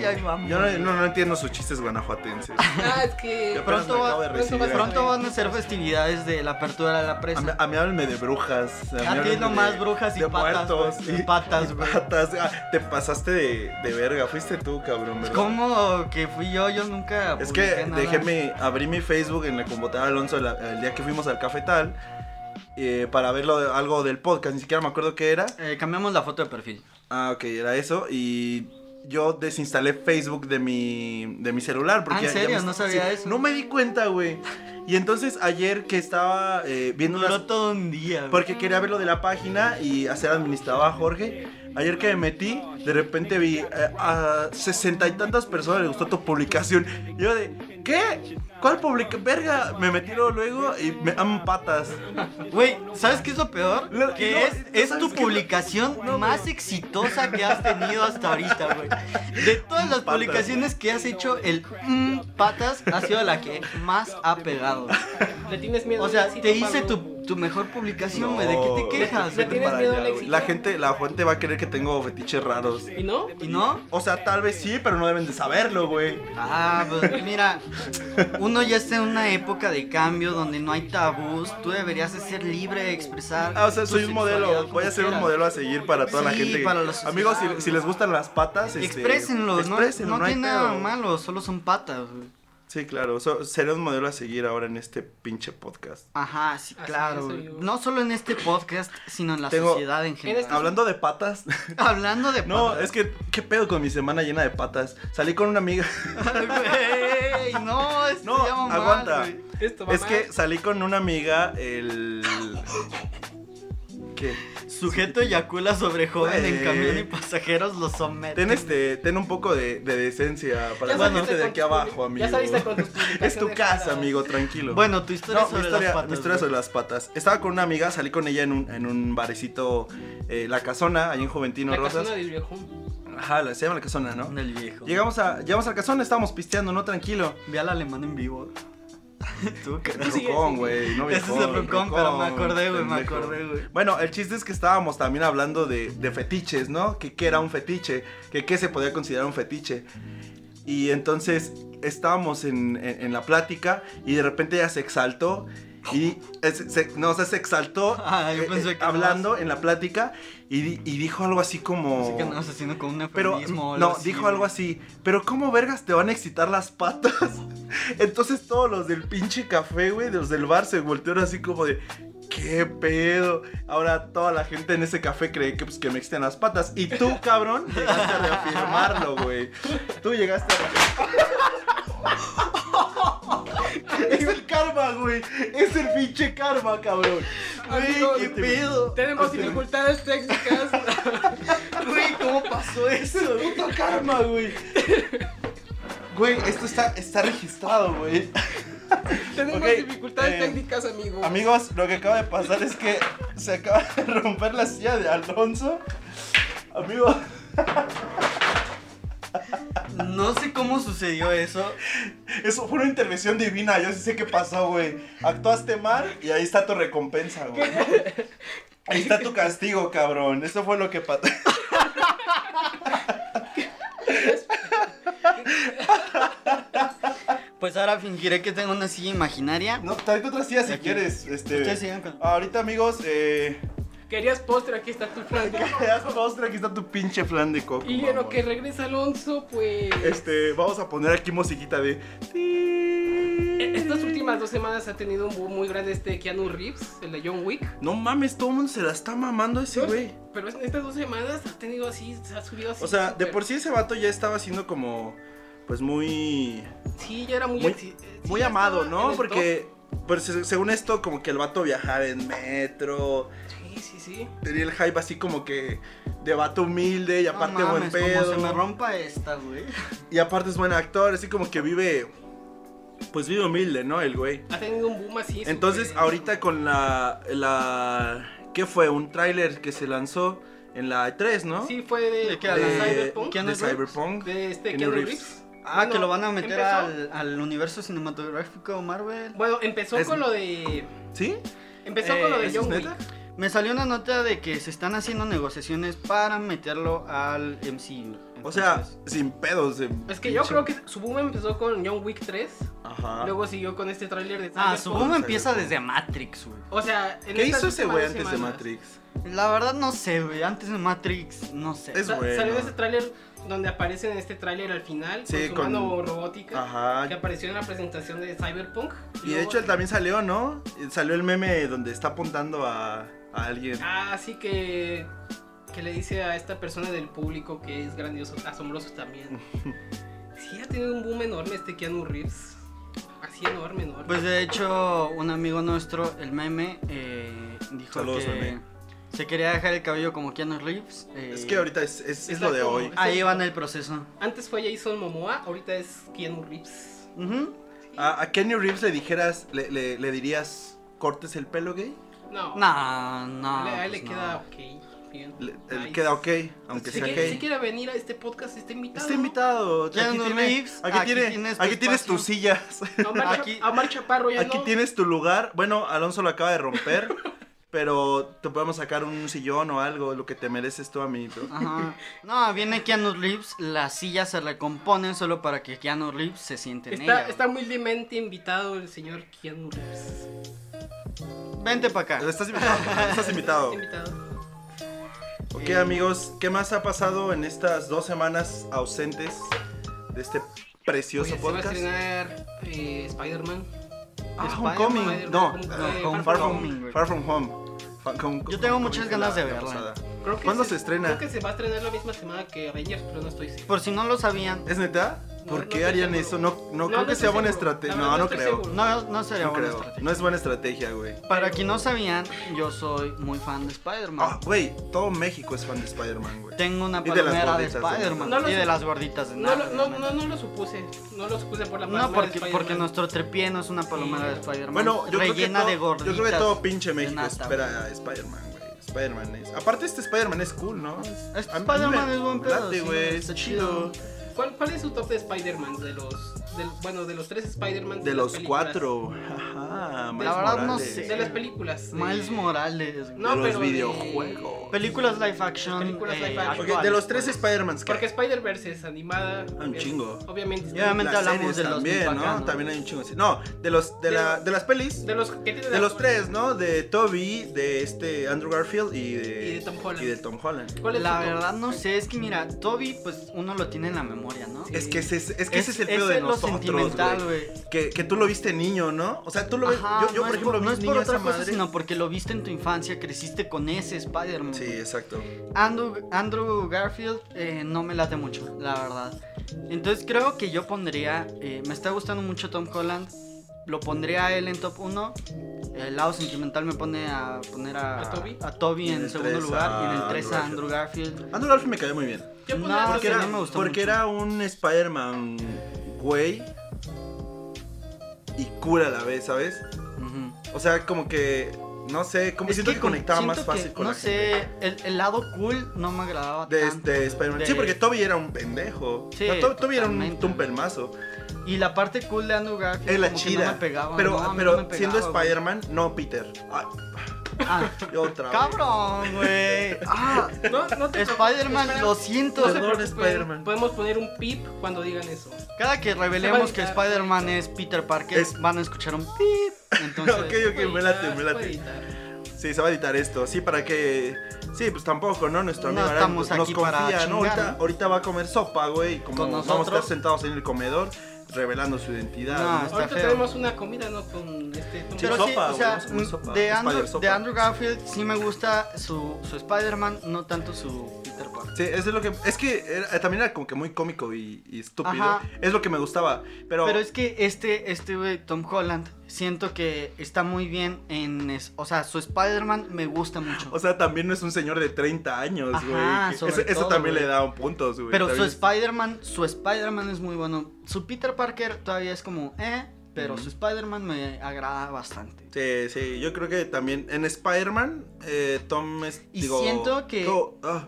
Y ahí vamos. Yo no, no- no entiendo sus chistes guanajuatenses. Ah, es que. Yo apenas Pronto me va- acabo de pronto recibir. Pronto van a ser festividades de la apertura de la A mí, presa. a mí háblenme de brujas. mí A ti háblenme nomás de- brujas y de patas, muertos güey, y patas, y güey. patas. Ah, te pasaste de, de verga. Fuiste tú, cabrón. ¿verdad? ¿Cómo que fui yo? Yo nunca. Es que publiqué nada. déjeme, abrí mi Facebook en la computadora de Alonso la- el día que fuimos al cafetal eh, para ver lo de- algo del podcast, ni siquiera me acuerdo qué era. Eh, cambiamos la foto de perfil. Ah, ok, era eso. Y yo desinstalé Facebook de mi, de mi celular. Porque Ah, ya- ¿en ya serio? me- No sabía eso. No me di cuenta, güey. Y entonces ayer que estaba eh, viendo unas- Duró todo un día, güey. Porque quería ver lo de la página y hacer administrador a Jorge. Ayer que me metí, de repente vi eh, a sesenta y tantas personas les gustó tu publicación. Y yo de, ¿qué? ¿Cuál publicación? Verga, me metí luego, luego y me dan patas. Güey, ¿sabes qué es lo peor? Lo- que no, es, ¿sabes es tu qué? publicación No, no. más exitosa que has tenido hasta ahorita, güey. De todas las Patas. publicaciones que has hecho, el mm, patas ha sido la que más ha pegado. Le tienes miedo O al sea, éxito, te hice Pablo. tu, tu mejor publicación, No, güey. ¿De qué te quejas? vete tienes para miedo allá, al güey. éxito? La gente, la gente va a creer que tengo fetiches raros. ¿Y no? ¿Y no? O sea, tal vez sí, pero no deben de saberlo, güey. Ah, pues mira, uno ya está en una época de cambio donde no hay tabús. Tú deberías de ser libre de expresar. Ah, o sea, tu soy un modelo. sexualidad Voy a como ser un quieras. modelo a seguir para toda la Sí, gente. que- para la sociedad, Amigos, si, güey. si les gustan las patas, este, Exprésenlo, ¿no? exprésenlo, no, hay tiene nada pedo. malo, solo son patas. güey. Sí, claro. So, seré un modelo a seguir ahora en este pinche podcast. Ajá, sí, Así claro. es, güey. oigo. No solo en este podcast, sino en la Tengo- sociedad en general. este- Hablando de patas. Hablando de No, patas. es que, ¿qué pedo con mi semana llena de patas? Salí con una amiga. Güey, no, esto No, ya va mal, aguanta. güey. Esto va Es mal. que salí con una amiga el. ¿Qué? Sujeto eyacula sobre joven en Güey. camión y pasajeros lo someten. Ten este, ten un poco de, de decencia para salirte Ya saliste de con aquí tus abajo, public- amigo. ya saliste con tus publicaciones Es tu casa, raras. amigo, tranquilo. Bueno, tu historia No, sobre mi historia, las patas. mi historia güey. sobre las patas. Estaba con una amiga, salí con ella en un, en un barecito, eh, La Casona, allí en Juventino La Rosas. casona del viejón. Ajá, la- se llama La Casona, ¿no? Del viejo. Llegamos a, llegamos al Casona, estábamos pisteando, ¿no? Tranquilo. Vi al alemán en vivo. Tú, que- sigue, Rucón, sigue. güey, no Ese es el viejón, rucón, pero me acordé, güey, me pendejo. acordé, güey. Bueno, el chiste es que estábamos también hablando de, de fetiches, ¿no? Que qué era un fetiche, que qué se podía considerar un fetiche. Y entonces estábamos en, en- en la plática y de repente ella se exaltó y es- se- no, o sea, se exaltó eh, Ah, yo pensé que hablando en la plática y, di- y dijo algo así como... Así que andamos haciendo con un Pero mm, eufemismo o no, algo así, dijo güey. algo así, pero ¿cómo vergas te van a excitar las patas? Entonces todos los del pinche café, güey, de los del bar se voltearon así como de, ¿qué pedo? Ahora toda la gente en ese café cree que, pues, que me excitan las patas. Y tú, cabrón, llegaste a reafirmarlo, güey. Tú llegaste a reafirmarlo. Es el karma, güey. Es el pinche karma, cabrón. Amigo, Güey, qué pedo. Tenemos O sea, dificultades técnicas. Güey, ¿cómo pasó es eso? el puto karma, güey. Güey, esto está, está registrado, güey. Tenemos Ok, dificultades eh, técnicas, amigo. Amigos, lo que acaba de pasar es que se acaba de romper la silla de Alonso. Amigos, No sé cómo sucedió eso. eso fue una intervención divina. Yo sí sé qué pasó, güey. Actuaste mal y ahí está tu recompensa, güey. Ahí está tu castigo, cabrón. Eso fue lo que pasó. Pues ahora fingiré que tengo una silla imaginaria. No, tráete otra silla si Aquí. quieres. Este, Ustedes sigan con- ahorita, amigos, eh, Querías postre, aquí está tu plan. haz postre, aquí está tu pinche flan de coco. Y en lo mamón. que regresa Alonso, pues. Este, vamos a poner aquí musiquita de. E, Estas últimas dos semanas ha tenido un boom muy grande este Keanu Reeves, el de John Wick. No mames, todo el mundo se la está mamando ese güey. Pero en estas dos semanas ha tenido así, se ha subido así. O sea, de súper. por sí ese vato ya estaba siendo como. Pues muy. Sí, ya era muy. muy- exi- eh, sí, Muy ya amado, estaba en ¿no? el Porque. Pues se- según esto, como que el vato viajaba en metro. top. Sí, sí, sí. Tenía el hype así como que. De vato humilde y No aparte buen mames, pedo. Como se me rompa esta, güey. Y aparte es buen actor, así como que vive. Pues vive humilde, ¿no? El güey. Ha tenido un boom así. Entonces, súper- ahorita con la. la ¿Qué fue? Un tráiler que se lanzó en la E3, ¿no? Sí, fue de. ¿De qué de hablas? Cyberpunk. ¿Keanu de Reeves? Cyberpunk. De este Keanu Keanu Reeves. Reeves. Ah, Bueno, que lo van a meter empezó- al, al universo cinematográfico Marvel. Bueno, empezó Es- con lo de. ¿Sí? Empezó Eh, con lo de ¿eso es John Wick. neta? Me salió una nota de que se están haciendo negociaciones para meterlo al MCU. O sea, Entonces, sin pedos. de Es que yo pinche- creo que su boom empezó con John Wick 3. Ajá. Luego siguió con este tráiler de Ah, Cyberpunk. su boom empieza desde Matrix, güey. O sea, en ¿Qué estas hizo dos ese güey semanas- antes de semanas. Matrix? La verdad no sé, güey. Antes de Matrix, no sé. Es- Sa- bueno. Salió ese tráiler donde aparece en este tráiler al final Sí, con su con- mano robótica Ajá. que apareció en la presentación de Cyberpunk. Y de Luego- hecho, él también salió, ¿no? Salió el meme donde está apuntando a, a alguien. Ah, así Ah, que que le dice a esta persona del público que es grandioso, asombroso también. sí, ha tenido un boom enorme este Keanu Reeves. Así enorme, enorme. Pues de hecho, un amigo nuestro, el meme, eh, dijo Saludos, que meme. se quería dejar el cabello como Keanu Reeves. eh, Es que ahorita es, es- es lo de Exacto. hoy. Ahí va en el proceso. Antes fue Jason Momoa, ahorita es Keanu Reeves. Ujú. A, a Kenny Reeves le dijeras, le, le- le dirías, ¿cortes el pelo gay? No. No, no. a él, a él pues le no. queda ok. Bien. Le- él Nice. queda ok, aunque Si sea quiere, si gay. quiere venir a este podcast, está invitado. Está invitado. Aquí, Keanu tiene- Reeves, aquí, aquí tiene- tienes tu aquí tienes espacio. tus sillas. A Omar, Cha- Aquí- a Omar Chaparro ya Aquí no. tienes tu lugar. Bueno, Alonso lo acaba de romper, pero te podemos sacar un sillón o algo, lo que te mereces tú, amiguito. Ajá. No, viene Keanu Reeves, las sillas se recomponen solo para que Keanu Reeves se siente en Está, ella. está muy demente invitado el señor Keanu Reeves. Vente para acá. Estás invitado. Estás invitado. Invitado. Ok, amigos, ¿qué más ha pasado en estas dos semanas ausentes de este precioso Oye, se va a podcast? estrenar eh, Spider-Man. Ah, Spider-Man, Homecoming. No, Homecoming, no, Homecoming. Far From, Homecoming, Far From Home. Fa- Home- Yo tengo Homecoming muchas fue ganas la- de la verla. pasada. Creo que ¿Cuándo se estrena? Creo que se va a estrenar la misma semana que Avengers, pero no estoy seguro. Por si no lo sabían, ¿Es neta? No, ¿Por no qué estoy harían seguro. eso? No, no, No, creo no que estoy sea buena seguro. estrategia. La verdad, No, no no estoy creo. seguro. no, no sería No buena creo. estrategia. No es buena estrategia, güey. Para quien no sabían, yo soy muy fan de Spider-Man. Ah, güey, todo México es fan de Spider-Man, güey. Tengo una Y de las palomera de, gorditas de Spider-Man nata. No lo y sé. de las gorditas de No, nata, lo- no, no, obviamente. no lo supuse. No lo supuse por la No, palabra de porque, Spider-Man. porque nuestro trepié no es una palomera de Spider-Man. Bueno, yo creo, que rellena todo, de gorditas. yo creo que todo pinche de México nata, espera a Spider-Man, güey. Spider-Man es. Aparte, este Spider-Man es cool, ¿no? Este A mí Spider-Man me es buen late, pedo, sí, güey, está está chido. ¿Cuál, ¿Cuál es su top de Spider-Man? De los. del- bueno, de los tres Spider-Man. De las los películas. cuatro. Ajá, Miles La verdad no Morales. sé. De las películas. de- Miles Morales. güey. No, de los pero de- videojuegos. Películas live action. Películas eh, live action. Ok, actuales, de los tres pues. Spider-Mans que Porque hay. Spider-Verse es animada. Ah, un es- chingo. Obviamente. Y obviamente Las hablamos series de los también, Big ¿no? Bang, ¿no? También hay un chingo. así. No, de los de, De la, los- de las pelis. De los que tienen De los tres, ¿no? De Toby, de este Andrew Garfield y de, Y de Tom Holland. y del Tom Holland. ¿Cuál es La su top? verdad no sé, es que mira, Toby pues uno lo tiene en la memoria, ¿no? Es que ese es, es que ese es el pedo de lo nosotros, sentimental, güey. güey. Que, que tú lo viste niño, ¿no? O sea, tú lo ves. Ajá, yo, yo no por es ejemplo, vi no es por niño esa otra cosa, madre. sino porque lo viste en tu infancia, creciste con ese Spider-Man. Sí, güey. exacto. Andrew, Andrew Garfield eh, no me late mucho, la verdad. Entonces creo que yo pondría, eh, me está gustando mucho Tom Holland, lo pondría a él en top 1. El lado sentimental me pone a poner a, ¿A Toby? Toby Y en en, el segundo tres lugar y en a el 3 a Andrew Andrew Garfield. Andrew Garfield me cayó muy bien. Yo No, pondría- Porque, Ah, sí, era, no me gustó porque mucho. era un Spider-Man güey y cura a la vez, ¿sabes? Ujú. O sea, como que, no sé, como Es siento que, con- conectaba más siento que, fácil con No la gente. sé, el, el lado cool no me agradaba De, tanto. de Spider-Man. de- Sí, porque Toby era un pendejo. Sí, O sea, To- Toby era un totalmente. tumpelmazo. Y la parte cool de Andrew Garfield Es la como que chida. no me pegaba. pero no, a mí pero no me pegaba, siendo güey. Spider-Man, no Peter. Ay, Ah, otra vez. cabrón, güey. Ah, No, no te preocupes, Spider-Man, espera. lo No siento. se Perdón, preocupen, Spider-Man. Podemos poner un pip cuando digan eso. Cada que revelemos que Se va a Spider-Man es Peter Parker, Es- van a escuchar un pip. Entonces, Ok, ok, me late, me Puede late. editar. Sí, se va a editar esto. Sí, para que. Sí, pues tampoco, ¿no? Nuestro No amigo Aram, estamos pues, nos aquí para confía, ¿no? chingar, Ahorita, ¿no? ahorita va a comer sopa, güey. y Como Con vamos a estar nosotros. sentados en el comedor, revelando su identidad. No, ¿no? Está Ahorita feo. tenemos una comida, ¿no? Con este. con- pero sopa, sí, o güey, sea, vamos a comer sopa, de, Andrew, Spider-Sopa. de Andrew Garfield sí me gusta su, su Spider-Man, no tanto su Peter Parker. Sí, eso es lo que. Es que era- también era como que muy cómico y, y estúpido. Ajá. Es lo que me gustaba. Pero. Pero es que este, este güey, Tom Holland, siento que está muy bien en... es- o sea, su Spider-Man me gusta mucho. O sea, también no es un señor de 30 años, Ajá, güey. Eso, sobre eso todo, también güey. le da un puntos, güey. pero su También- Spider-Man, su Spider-Man es muy bueno. Su Peter Parker todavía es como, eh, pero Ujú. su Spider-Man me agrada bastante. Sí, sí, yo creo que también en Spider-Man, eh, Tom es. Y digo, siento que- To- ah,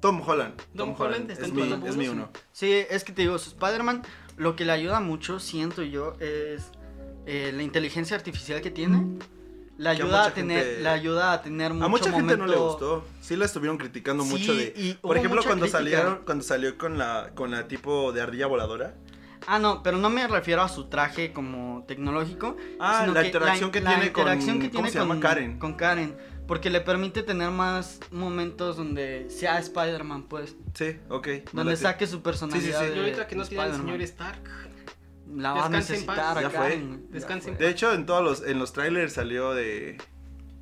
Tom Holland. Tom Holland está es en mi, todo es mi mundo, uno. Sí, es que te digo, su Spider-Man lo que le ayuda mucho, siento yo, es eh, la inteligencia artificial que tiene. Le Que a ayuda a, mucha tener, gente- le ayuda a tener mucho A mucha gente no le momento- gustó. Sí la estuvieron criticando Sí, mucho de. y Por hubo ejemplo, mucha cuando crítica. salieron, cuando salió con la, con la tipo de ardilla voladora. Ah, no, pero no me refiero a su traje como tecnológico. Ah, sino la que interacción que la tiene con- interacción que ¿cómo tiene se llama? con- Karen. Con Karen. Porque le permite tener más momentos donde sea Spider-Man, pues. Sí, ok. me Donde late. saque su personalidad. sí. de- Y ahorita que no de tiene al Spider-Man. señor Stark. La va a Descanse en necesitar paz. a Ya fue. Karen. Descanse en De hecho, en todos los, en los trailers salió de.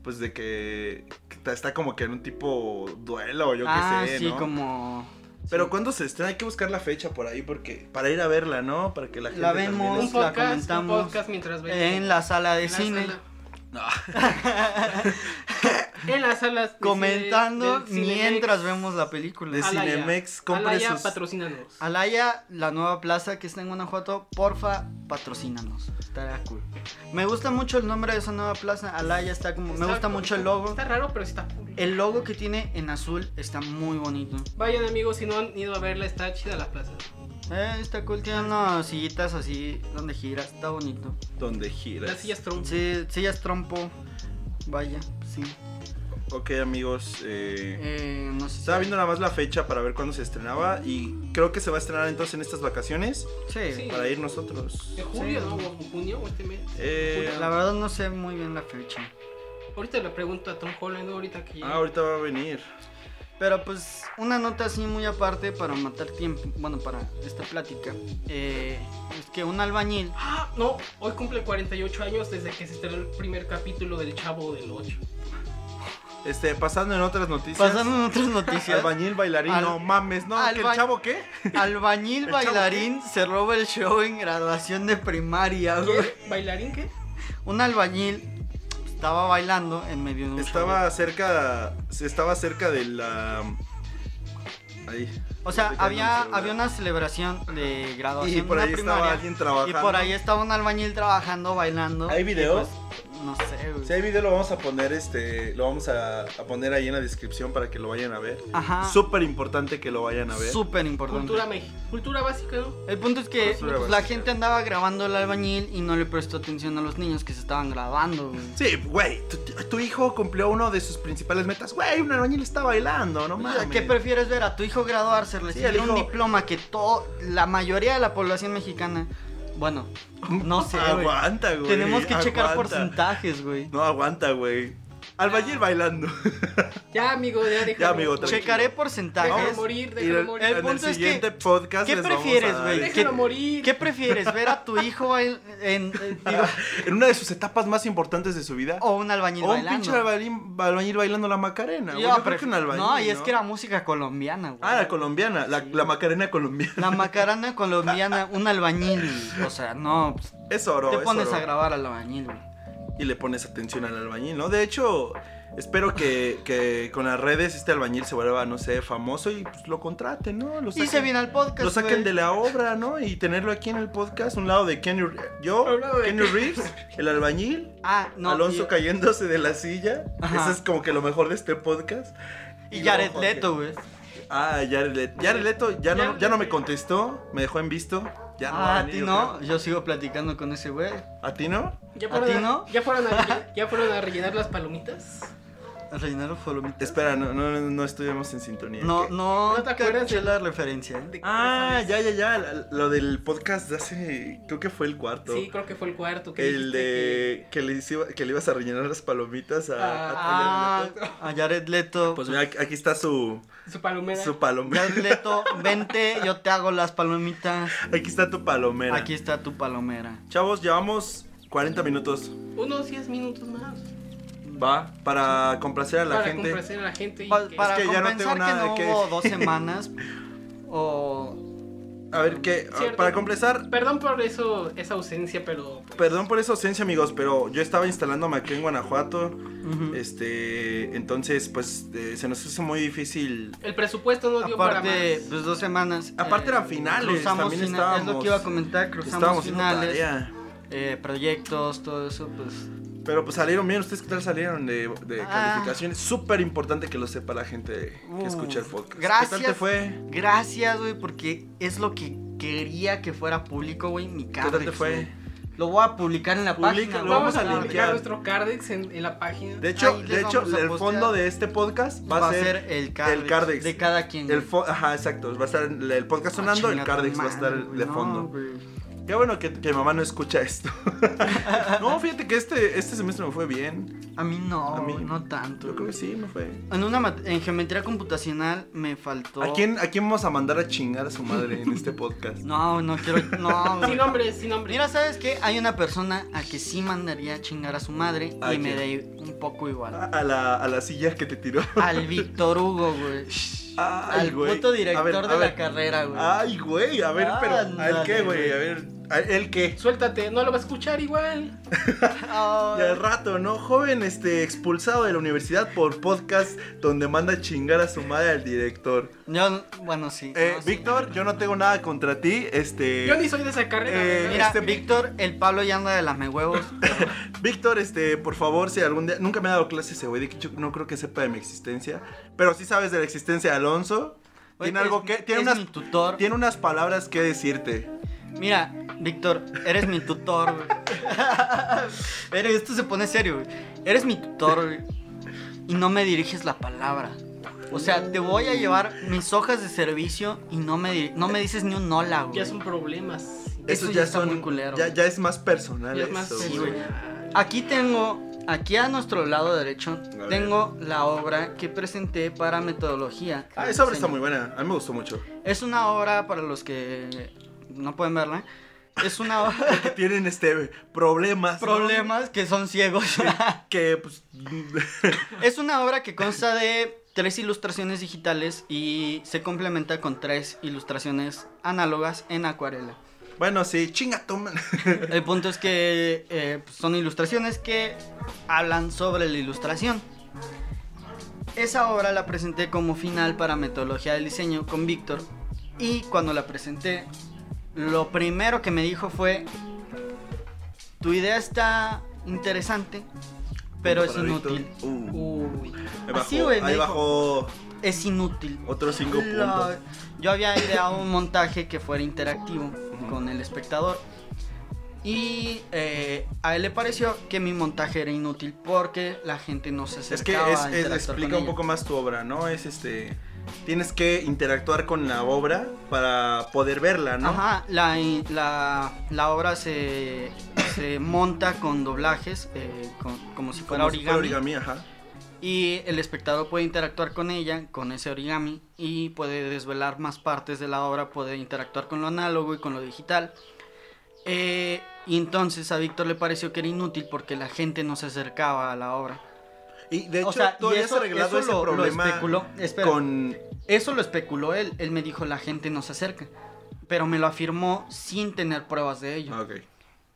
pues de que que está- está como que en un tipo duelo o yo ah, qué sé, sí, ¿no? como... Pero sí. cuando se estrena hay que buscar la fecha por ahí porque para ir a verla, ¿no? Para que la gente La también vemos. es- Un podcast, un comentamos podcast mientras ves. En la sala de en la cine. sala. No, En las salas. de Comentando cine- del Cinemex. mientras vemos la película. de Alaya. Cinemex, compre Alaya, sus- patrocínanos. Alaya, la nueva plaza que está en Guanajuato, porfa, patrocínanos. Estará cool. Me gusta mucho el nombre de esa nueva plaza. Alaya está como. Está me gusta mucho el bonito. logo. Está raro, pero está cool. El logo que tiene en azul está muy bonito. Vayan amigos, si no han ido a verla, está chida la plaza. Eh, está cool, tiene unas sillitas así donde gira, está bonito. donde gira. La silla Strong. Sí, sillas trompo. Vaya, sí. Ok, amigos, eh, Eh, no sé. estaba viendo nada más la fecha para ver cuándo se estrenaba y creo que se va a estrenar entonces en estas vacaciones Sí. Sí. para ir nosotros. De julio, Sí. ¿no? O junio, o este mes. Eh, La verdad no sé muy bien la fecha. Ahorita le pregunto a Tom Holland, ¿no? ahorita que ah, ahorita va a venir. Pero pues una nota así muy aparte para matar tiempo, bueno, para esta plática. Eh, es que un albañil... Ah, no, hoy cumple 48 años desde que se estrenó el primer capítulo del Chavo del 8. Este, pasando en otras noticias. Pasando en otras noticias. Albañil, bailarín, Al- no mames, no, que alba- el chavo qué? Albañil El chavo, bailarín se roba el show en graduación de Ah, primaria, güey. ¿Bailarín qué? Un albañil estaba bailando en medio de un show. Estaba cerca, se estaba cerca de la ahí. O sea, Estoy cargando mi había, celular. había una celebración de graduación Y por de ahí una estaba primaria. alguien trabajando. y por ahí estaba un albañil trabajando, bailando. ¿Hay Y, video? pues, no sé, güey. Si hay video lo vamos a poner este, lo vamos a, a poner ahí en la descripción para que lo vayan a ver. Ajá. Súper importante que lo vayan a ver. Súper importante. Cultura, Mex- cultura básica, ¿no? El punto es que Cultura pues, la básica. gente andaba grabando el albañil y no le prestó atención a los niños que se estaban grabando. güey. Sí, güey, tu, tu hijo cumplió uno de sus principales metas. Güey, un albañil está bailando, no O sea, mames. Pues, ¿Qué prefieres ver? ¿A tu hijo graduarse? Recibir al un hijo- diploma que todo, la mayoría de la población mexicana. Bueno, no sé, güey. Aguanta, güey. Tenemos que checar aguanta. porcentajes, güey. No aguanta, güey. Ah. Albañil bailando. Ya, amigo, ya déjalo. amigo, tranquilo. Checaré pues. Déjalo porcentajes. Y morir, en- déjalo morir. el en el punto es que- siguiente podcast ¿Qué les vamos a prefieres, dar güey? este- Déjalo morir. ¿Qué prefieres? ¿Ver a tu hijo bail- en, en- digo, en una de sus etapas más importantes de su vida. o un albañil o un bailando? pinche albañil, albañil bailando la Macarena. güey. Yo Yo, creo pref- que un albañil. no, y es que era música colombiana, güey. Ah, la colombiana, la, la Macarena colombiana. La macarana colombiana, un albañil. güey. O sea, no. pues, Es oro, Te es pones oro. a grabar al albañil, güey. Y le pones atención al albañil, ¿no? De hecho, espero que, que con las redes este albañil se vuelva, no sé, famoso y pues, lo contraten, ¿no? Lo Y se viene al podcast. lo saquen güey. de la obra, ¿no? Y tenerlo aquí en el podcast, un lado de Kenny, yo, Un lado de Kenny Kenny. Reeves, el albañil, Ah, no. Alonso y- cayéndose de la silla. Ajá. Eso es como que lo mejor de este podcast. Y Jared luego Jorge. Leto, güey. Ah, Jared Leto. Jared Leto ya no, Jared ya no me Leto. contestó, me dejó en visto. Ya no va Ah, a venir, ti yo no. creo. Yo sigo platicando con ese güey. ¿A ti no? ¿Ya ¿A fueron ti no? ya fueron a, ya fueron a rellenar las palomitas? Reinaldo Folomita. Espera, no, no, no estuvimos en sintonía. No, ¿Qué? no. ¿No te acuerdas caché de- la referencia. eh. ¿De qué Ah, sabes? ya, ya, ya. la- Lo del podcast de hace. Creo que fue el cuarto. Sí, creo que fue el cuarto. que El dijiste de que le, hice- que le ibas a rellenar las palomitas a, a Ah, Jared Leto. a Jared Leto. Pues mira, aquí aquí está su, que Su palomera. su palomera. Jared Leto, vente, yo te hago las palomitas. Aquí está tu palomera. Aquí está tu palomera. Chavos, llevamos 40 minutos. Unos 10 minutos más. Va, para complacer a la para gente. complacer a la gente. y Pa- que- para que ya no compensar tengo nada que no de qué hubo decir. dos semanas o A ver, ¿qué? Ah, Cierto. Para complacer, Perdón por eso, esa ausencia, pero. Perdón por esa ausencia, amigos, pero yo estaba instalándome aquí en Guanajuato. Ujú. Este, entonces, pues eh, se nos hizo muy difícil. El presupuesto no dio para aparte más. pues dos semanas. Eh, Aparte eran finales, cruzamos también fina- estábamos- es lo que iba a comentar, cruzamos Estábamos en finales, tarea. eh, proyectos, todo eso, pues. Pero pues salieron bien. ¿Ustedes qué tal salieron de, de Ah. calificaciones? Súper importante que lo sepa la gente que Uf, escucha el podcast. ¿Qué gracias. tal te fue? Gracias, güey, porque es lo que quería que fuera público, güey, mi ¿Qué Cardex. tal te fue? güey. Lo voy a publicar en la Publícalo, página. lo güey. Vamos vamos a a publicar linkear. nuestro Cardex en, en la página. De hecho, Ahí les de hecho vamos a el postear. fondo de este podcast va, a ser. el Cardex, Cardex. de cada quien. El güey. fo- Ajá, exacto. Va a estar el el podcast sonando, Ah, el chinga Cardex tu va a estar madre, güey, de no, fondo. güey. Qué bueno que, que mi mamá no escucha esto. no, fíjate que este, este semestre me fue bien. A mí no, A mí- no tanto. Yo creo que güey. sí, me fue. En una mat- en geometría computacional me faltó. ¿A quién, ¿A quién vamos a mandar a chingar a su madre en este podcast? No, no quiero. No, güey. Sin nombre, sin nombre. Mira, ¿sabes qué? Hay una persona a que sí mandaría a chingar a su madre ¿A y me da quién? un poco igual. A, a la, a la silla que te tiró. Al Víctor Hugo, güey. Ay, Al güey. puto A ver, director a de la ver. carrera, güey. Ay, güey, a ver, pero. ¿A él Ándale, qué, güey? güey. A ver, ¿a él qué? Suéltate, no lo va a escuchar igual. Y al rato, ¿no? Joven este, expulsado de la universidad por podcast donde manda a chingar a su madre al director. Yo, bueno, sí. Eh, no, Ah, sí. Víctor, yo no tengo nada contra ti. Este. Yo ni soy de esa carrera. Eh, ¿verdad? Mira, este- Víctor, el Pablo ya anda de las me huevos. Víctor, este, por favor, si algún día. Nunca me ha dado clases ese güey. De hecho, no creo que sepa de mi existencia. Pero sí sabes de la existencia de Alonso. Tiene Güey, algo es- que. Tiene es unas, mi tutor. tiene unas palabras que decirte. Mira, Víctor, eres mi tutor, güey. Pero esto se pone serio, güey. Eres mi tutor, güey. Y no me diriges la palabra. O sea, te voy a llevar mis hojas de servicio y no me, di- no me dices ni un hola, güey. Ya son problemas. Eso ya está muy culero, Ya, güey. ya es más personal. Ya es más. Eh, Pues eso, sí, güey. güey. Aquí tengo, aquí a nuestro lado derecho, ver. tengo la obra que presenté para metodología. Ah, esa obra está Diseño. muy buena. A mí me gustó mucho. Es una obra para los que no pueden verla. Es una obra Que tienen este problemas. ¿no? problemas que son ciegos. Que pues. es una obra que consta de tres ilustraciones digitales y se complementa con tres ilustraciones análogas en acuarela. bueno, sí, chinga, toma. El punto es que eh, pues, son ilustraciones que hablan sobre la ilustración. Esa obra la presenté como final para metodología del diseño con Víctor y cuando la presenté lo primero que me dijo fue tu idea está interesante pero es Para Víctor. inútil. Uh, Uy. ahí bajó, así, güey, me ahí dijo. bajó Es inútil. otros cinco La- puntos. Yo había ideado un montaje que fuera interactivo Ujú. con el espectador. Y eh, a él le pareció que mi montaje era inútil porque la gente no se Es que acercaba es, a es- interactuar explica con un ella. poco más tu obra, ¿no? Es este. Tienes que interactuar con la obra para poder verla, ¿no? Ajá, la, la, la obra se, se monta con doblajes, eh, con- como si fuera Como si fuera origami. origami, ajá. Y el espectador puede interactuar con ella, con ese origami, y puede desvelar más partes de la obra, puede interactuar con lo análogo y con lo digital. Eh, y entonces a Víctor le pareció que era inútil porque la gente no se acercaba a la obra. Y de hecho, o sea, y todavía se eso, ha arreglado eso ese lo, lo problema especuló. espera, con. Eso lo especuló él. Él me dijo, la gente no se acerca. Pero me lo afirmó sin tener pruebas de ello. Ah, Ok.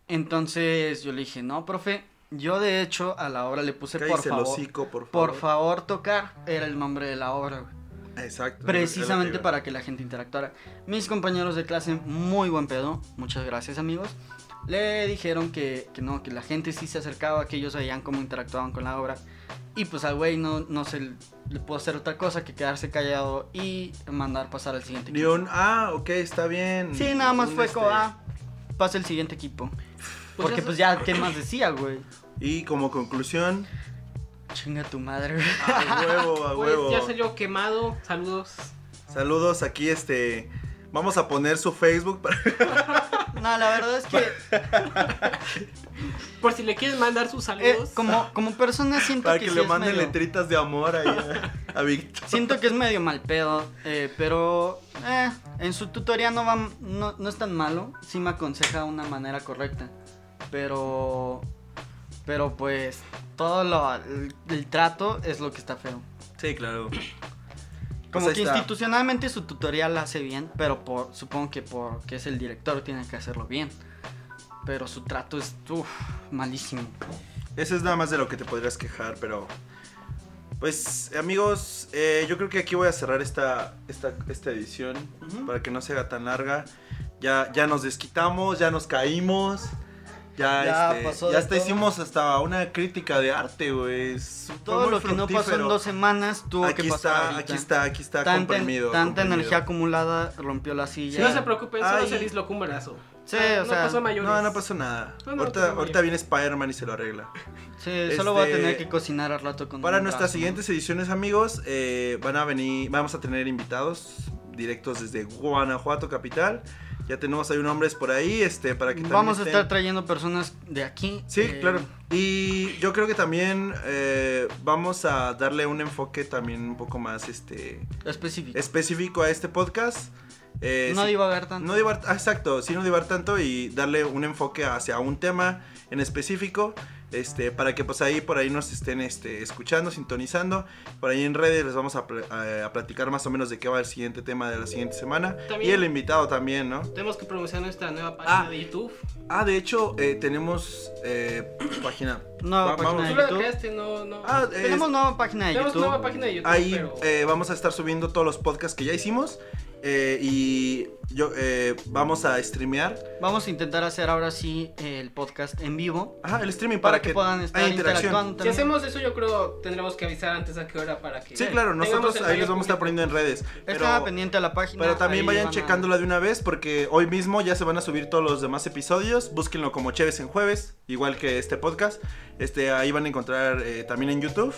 Entonces yo le dije, no, profe, yo de hecho a la obra le puse, por Cállese el favor, hocico, por favor. Ah, por favor tocar, era el nombre de la obra, güey. Exacto. Precisamente Es lo que iba. para que la gente interactuara. Mis compañeros de clase, muy buen pedo, muchas gracias amigos, le dijeron que, que no, que la gente sí se acercaba, que ellos veían cómo interactuaban con la obra. Y pues al güey no, no se le le pudo hacer otra cosa que quedarse callado y mandar pasar al siguiente Ni equipo. un, ah, ok, está bien. Sí, nada más Un, fue este, como, "Ah, pasa el siguiente equipo. Porque eso- pues ya, ¿qué más decía, güey? Y como conclusión, Chinga tu madre, güey. a huevo, a Pues huevo. ya salió quemado. Saludos. Saludos aquí, este. Vamos a poner su Facebook para- No, la verdad es que Por si le quieren mandar sus eh, saludos. como, como persona siento para que, que sí le es manden medio- letritas de amor ahí a, a Víctor. Siento que es medio mal pedo, eh, pero eh, en su tutoría no, va, no, no es tan malo. Sí me aconseja una manera correcta. Pero. Pero pues. Todo lo, el, el trato es lo que está feo. Sí, claro. Pues Como que institucionalmente su tutoría la hace bien, pero por, supongo que porque es el director tiene que hacerlo bien. Pero su trato es uf, malísimo. Eso es nada más de lo que te podrías quejar, pero. Pues, amigos, eh, yo creo que aquí voy a cerrar esta, esta, esta edición Ujú. para que no se haga tan larga. Ya, ya nos desquitamos, ya nos caímos. Ya, Ya este, pasó ya de hasta todo. hicimos hasta una crítica de arte, güey. Es- fue Todo muy lo que no pasó en fructífero. dos semanas tuvo Aquí que pasar. está, ahorita. aquí está, aquí está Tanta, comprimido. tanta comprimido. energía acumulada rompió la silla. Sí. No se preocupen, solo Ay. se dislocó un brazo. Sí, o Ah, no sea, pasó a mayores. No, no pasó nada. No, no, ahorita, pasó muy ahorita bien. viene Spider-Man y se lo arregla. Sí, solo voy a Este, tener que cocinar al rato con Para un nuestras brazo, siguientes ediciones, amigos, eh, van a venir, vamos a tener invitados directos desde Guanajuato capital Ya tenemos ahí nombres por ahí, este, para que también Vamos a estén- estar trayendo personas de aquí. Sí, eh, claro. Y yo creo que también eh, vamos a darle un enfoque también un poco más este Específico. específico a este podcast. Eh, no sí- divagar tanto. no divar- ah, exacto, sí no divar tanto y darle un enfoque hacia un tema en específico, este, para que pues ahí por ahí nos estén este, escuchando, sintonizando, por ahí en redes les vamos a, pl- a- a platicar más o menos de qué va el siguiente tema de la siguiente semana También- y el invitado también, ¿no? Tenemos que promocionar nuestra nueva página Ah. de YouTube. Ah, de hecho eh, tenemos eh, página. Nueva Va- página vamos- de Tú la YouTube. creaste, no, no. Ah, eh, Tenemos nueva página de Tenemos YouTube. nueva página de YouTube, Ahí pero... eh, vamos a estar subiendo todos los podcasts que ya hicimos eh, y yo eh, vamos a streamear. Vamos a intentar hacer ahora sí el podcast en vivo. Ajá, el streaming para, Para, que, puedan haya estar interactuando Si también. hacemos eso, yo creo tendremos que avisar antes a qué hora para que. Sí, claro, tengamos nosotros el ahí les vamos a estar horario poniendo en redes. Estaba Pero, pendiente a la página. pero también ahí vayan van a- checándola de una vez porque hoy mismo ya se van a subir todos los demás episodios. Búsquenlo como Chéves en Jueves, igual que este podcast. Este, ahí van a encontrar eh, también en YouTube.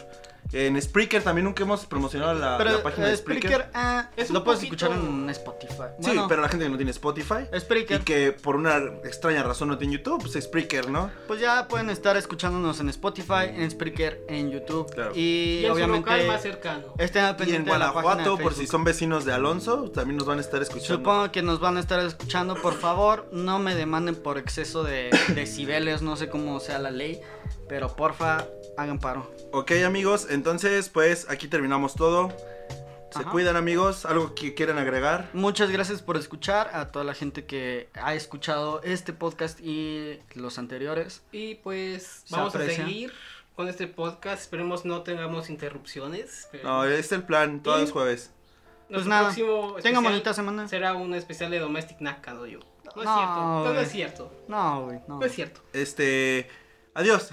En Spreaker también nunca hemos promocionado la, Pero la página de eh, Spreaker. Spreaker, ah, Es un lo puedes poquito- escuchar en Spotify. Sí, Bueno, pero la gente que no tiene Spotify y Spreaker. que por una extraña razón no tiene YouTube, pues Spreaker, ¿no? Pues ya pueden estar escuchándonos en Spotify, en Spreaker, en YouTube. Claro. Y, Y en su obviamente. local más cercano. Estén Y en pendientes de la página de Guanajuato, por si Facebook. son vecinos de Alonso, también nos van a estar escuchando. Supongo que nos van a estar escuchando. Por favor, no me demanden por exceso de decibeles. No sé cómo sea la ley. Pero porfa, hagan paro. Ok amigos, entonces pues aquí terminamos todo. Se Ajá. cuidan amigos, algo que quieran agregar. Muchas gracias por escuchar. A toda la gente que ha escuchado este podcast y los anteriores. Y pues Se vamos aprecia. a seguir con este podcast. Esperemos no tengamos interrupciones. pero No, este es el plan, todos Y- los jueves. nuestro pues nada, próximo Tengan especial bonita semana. Será un especial de Domestic Naka, no yo. No, es No, cierto. No, no güey. es cierto. No, güey, no. No es cierto. Este... Adiós.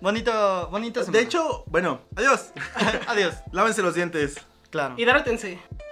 Bonito, bonita semana. De hecho, bueno, adiós. adiós. Lávense los dientes. Claro. Hidrátense.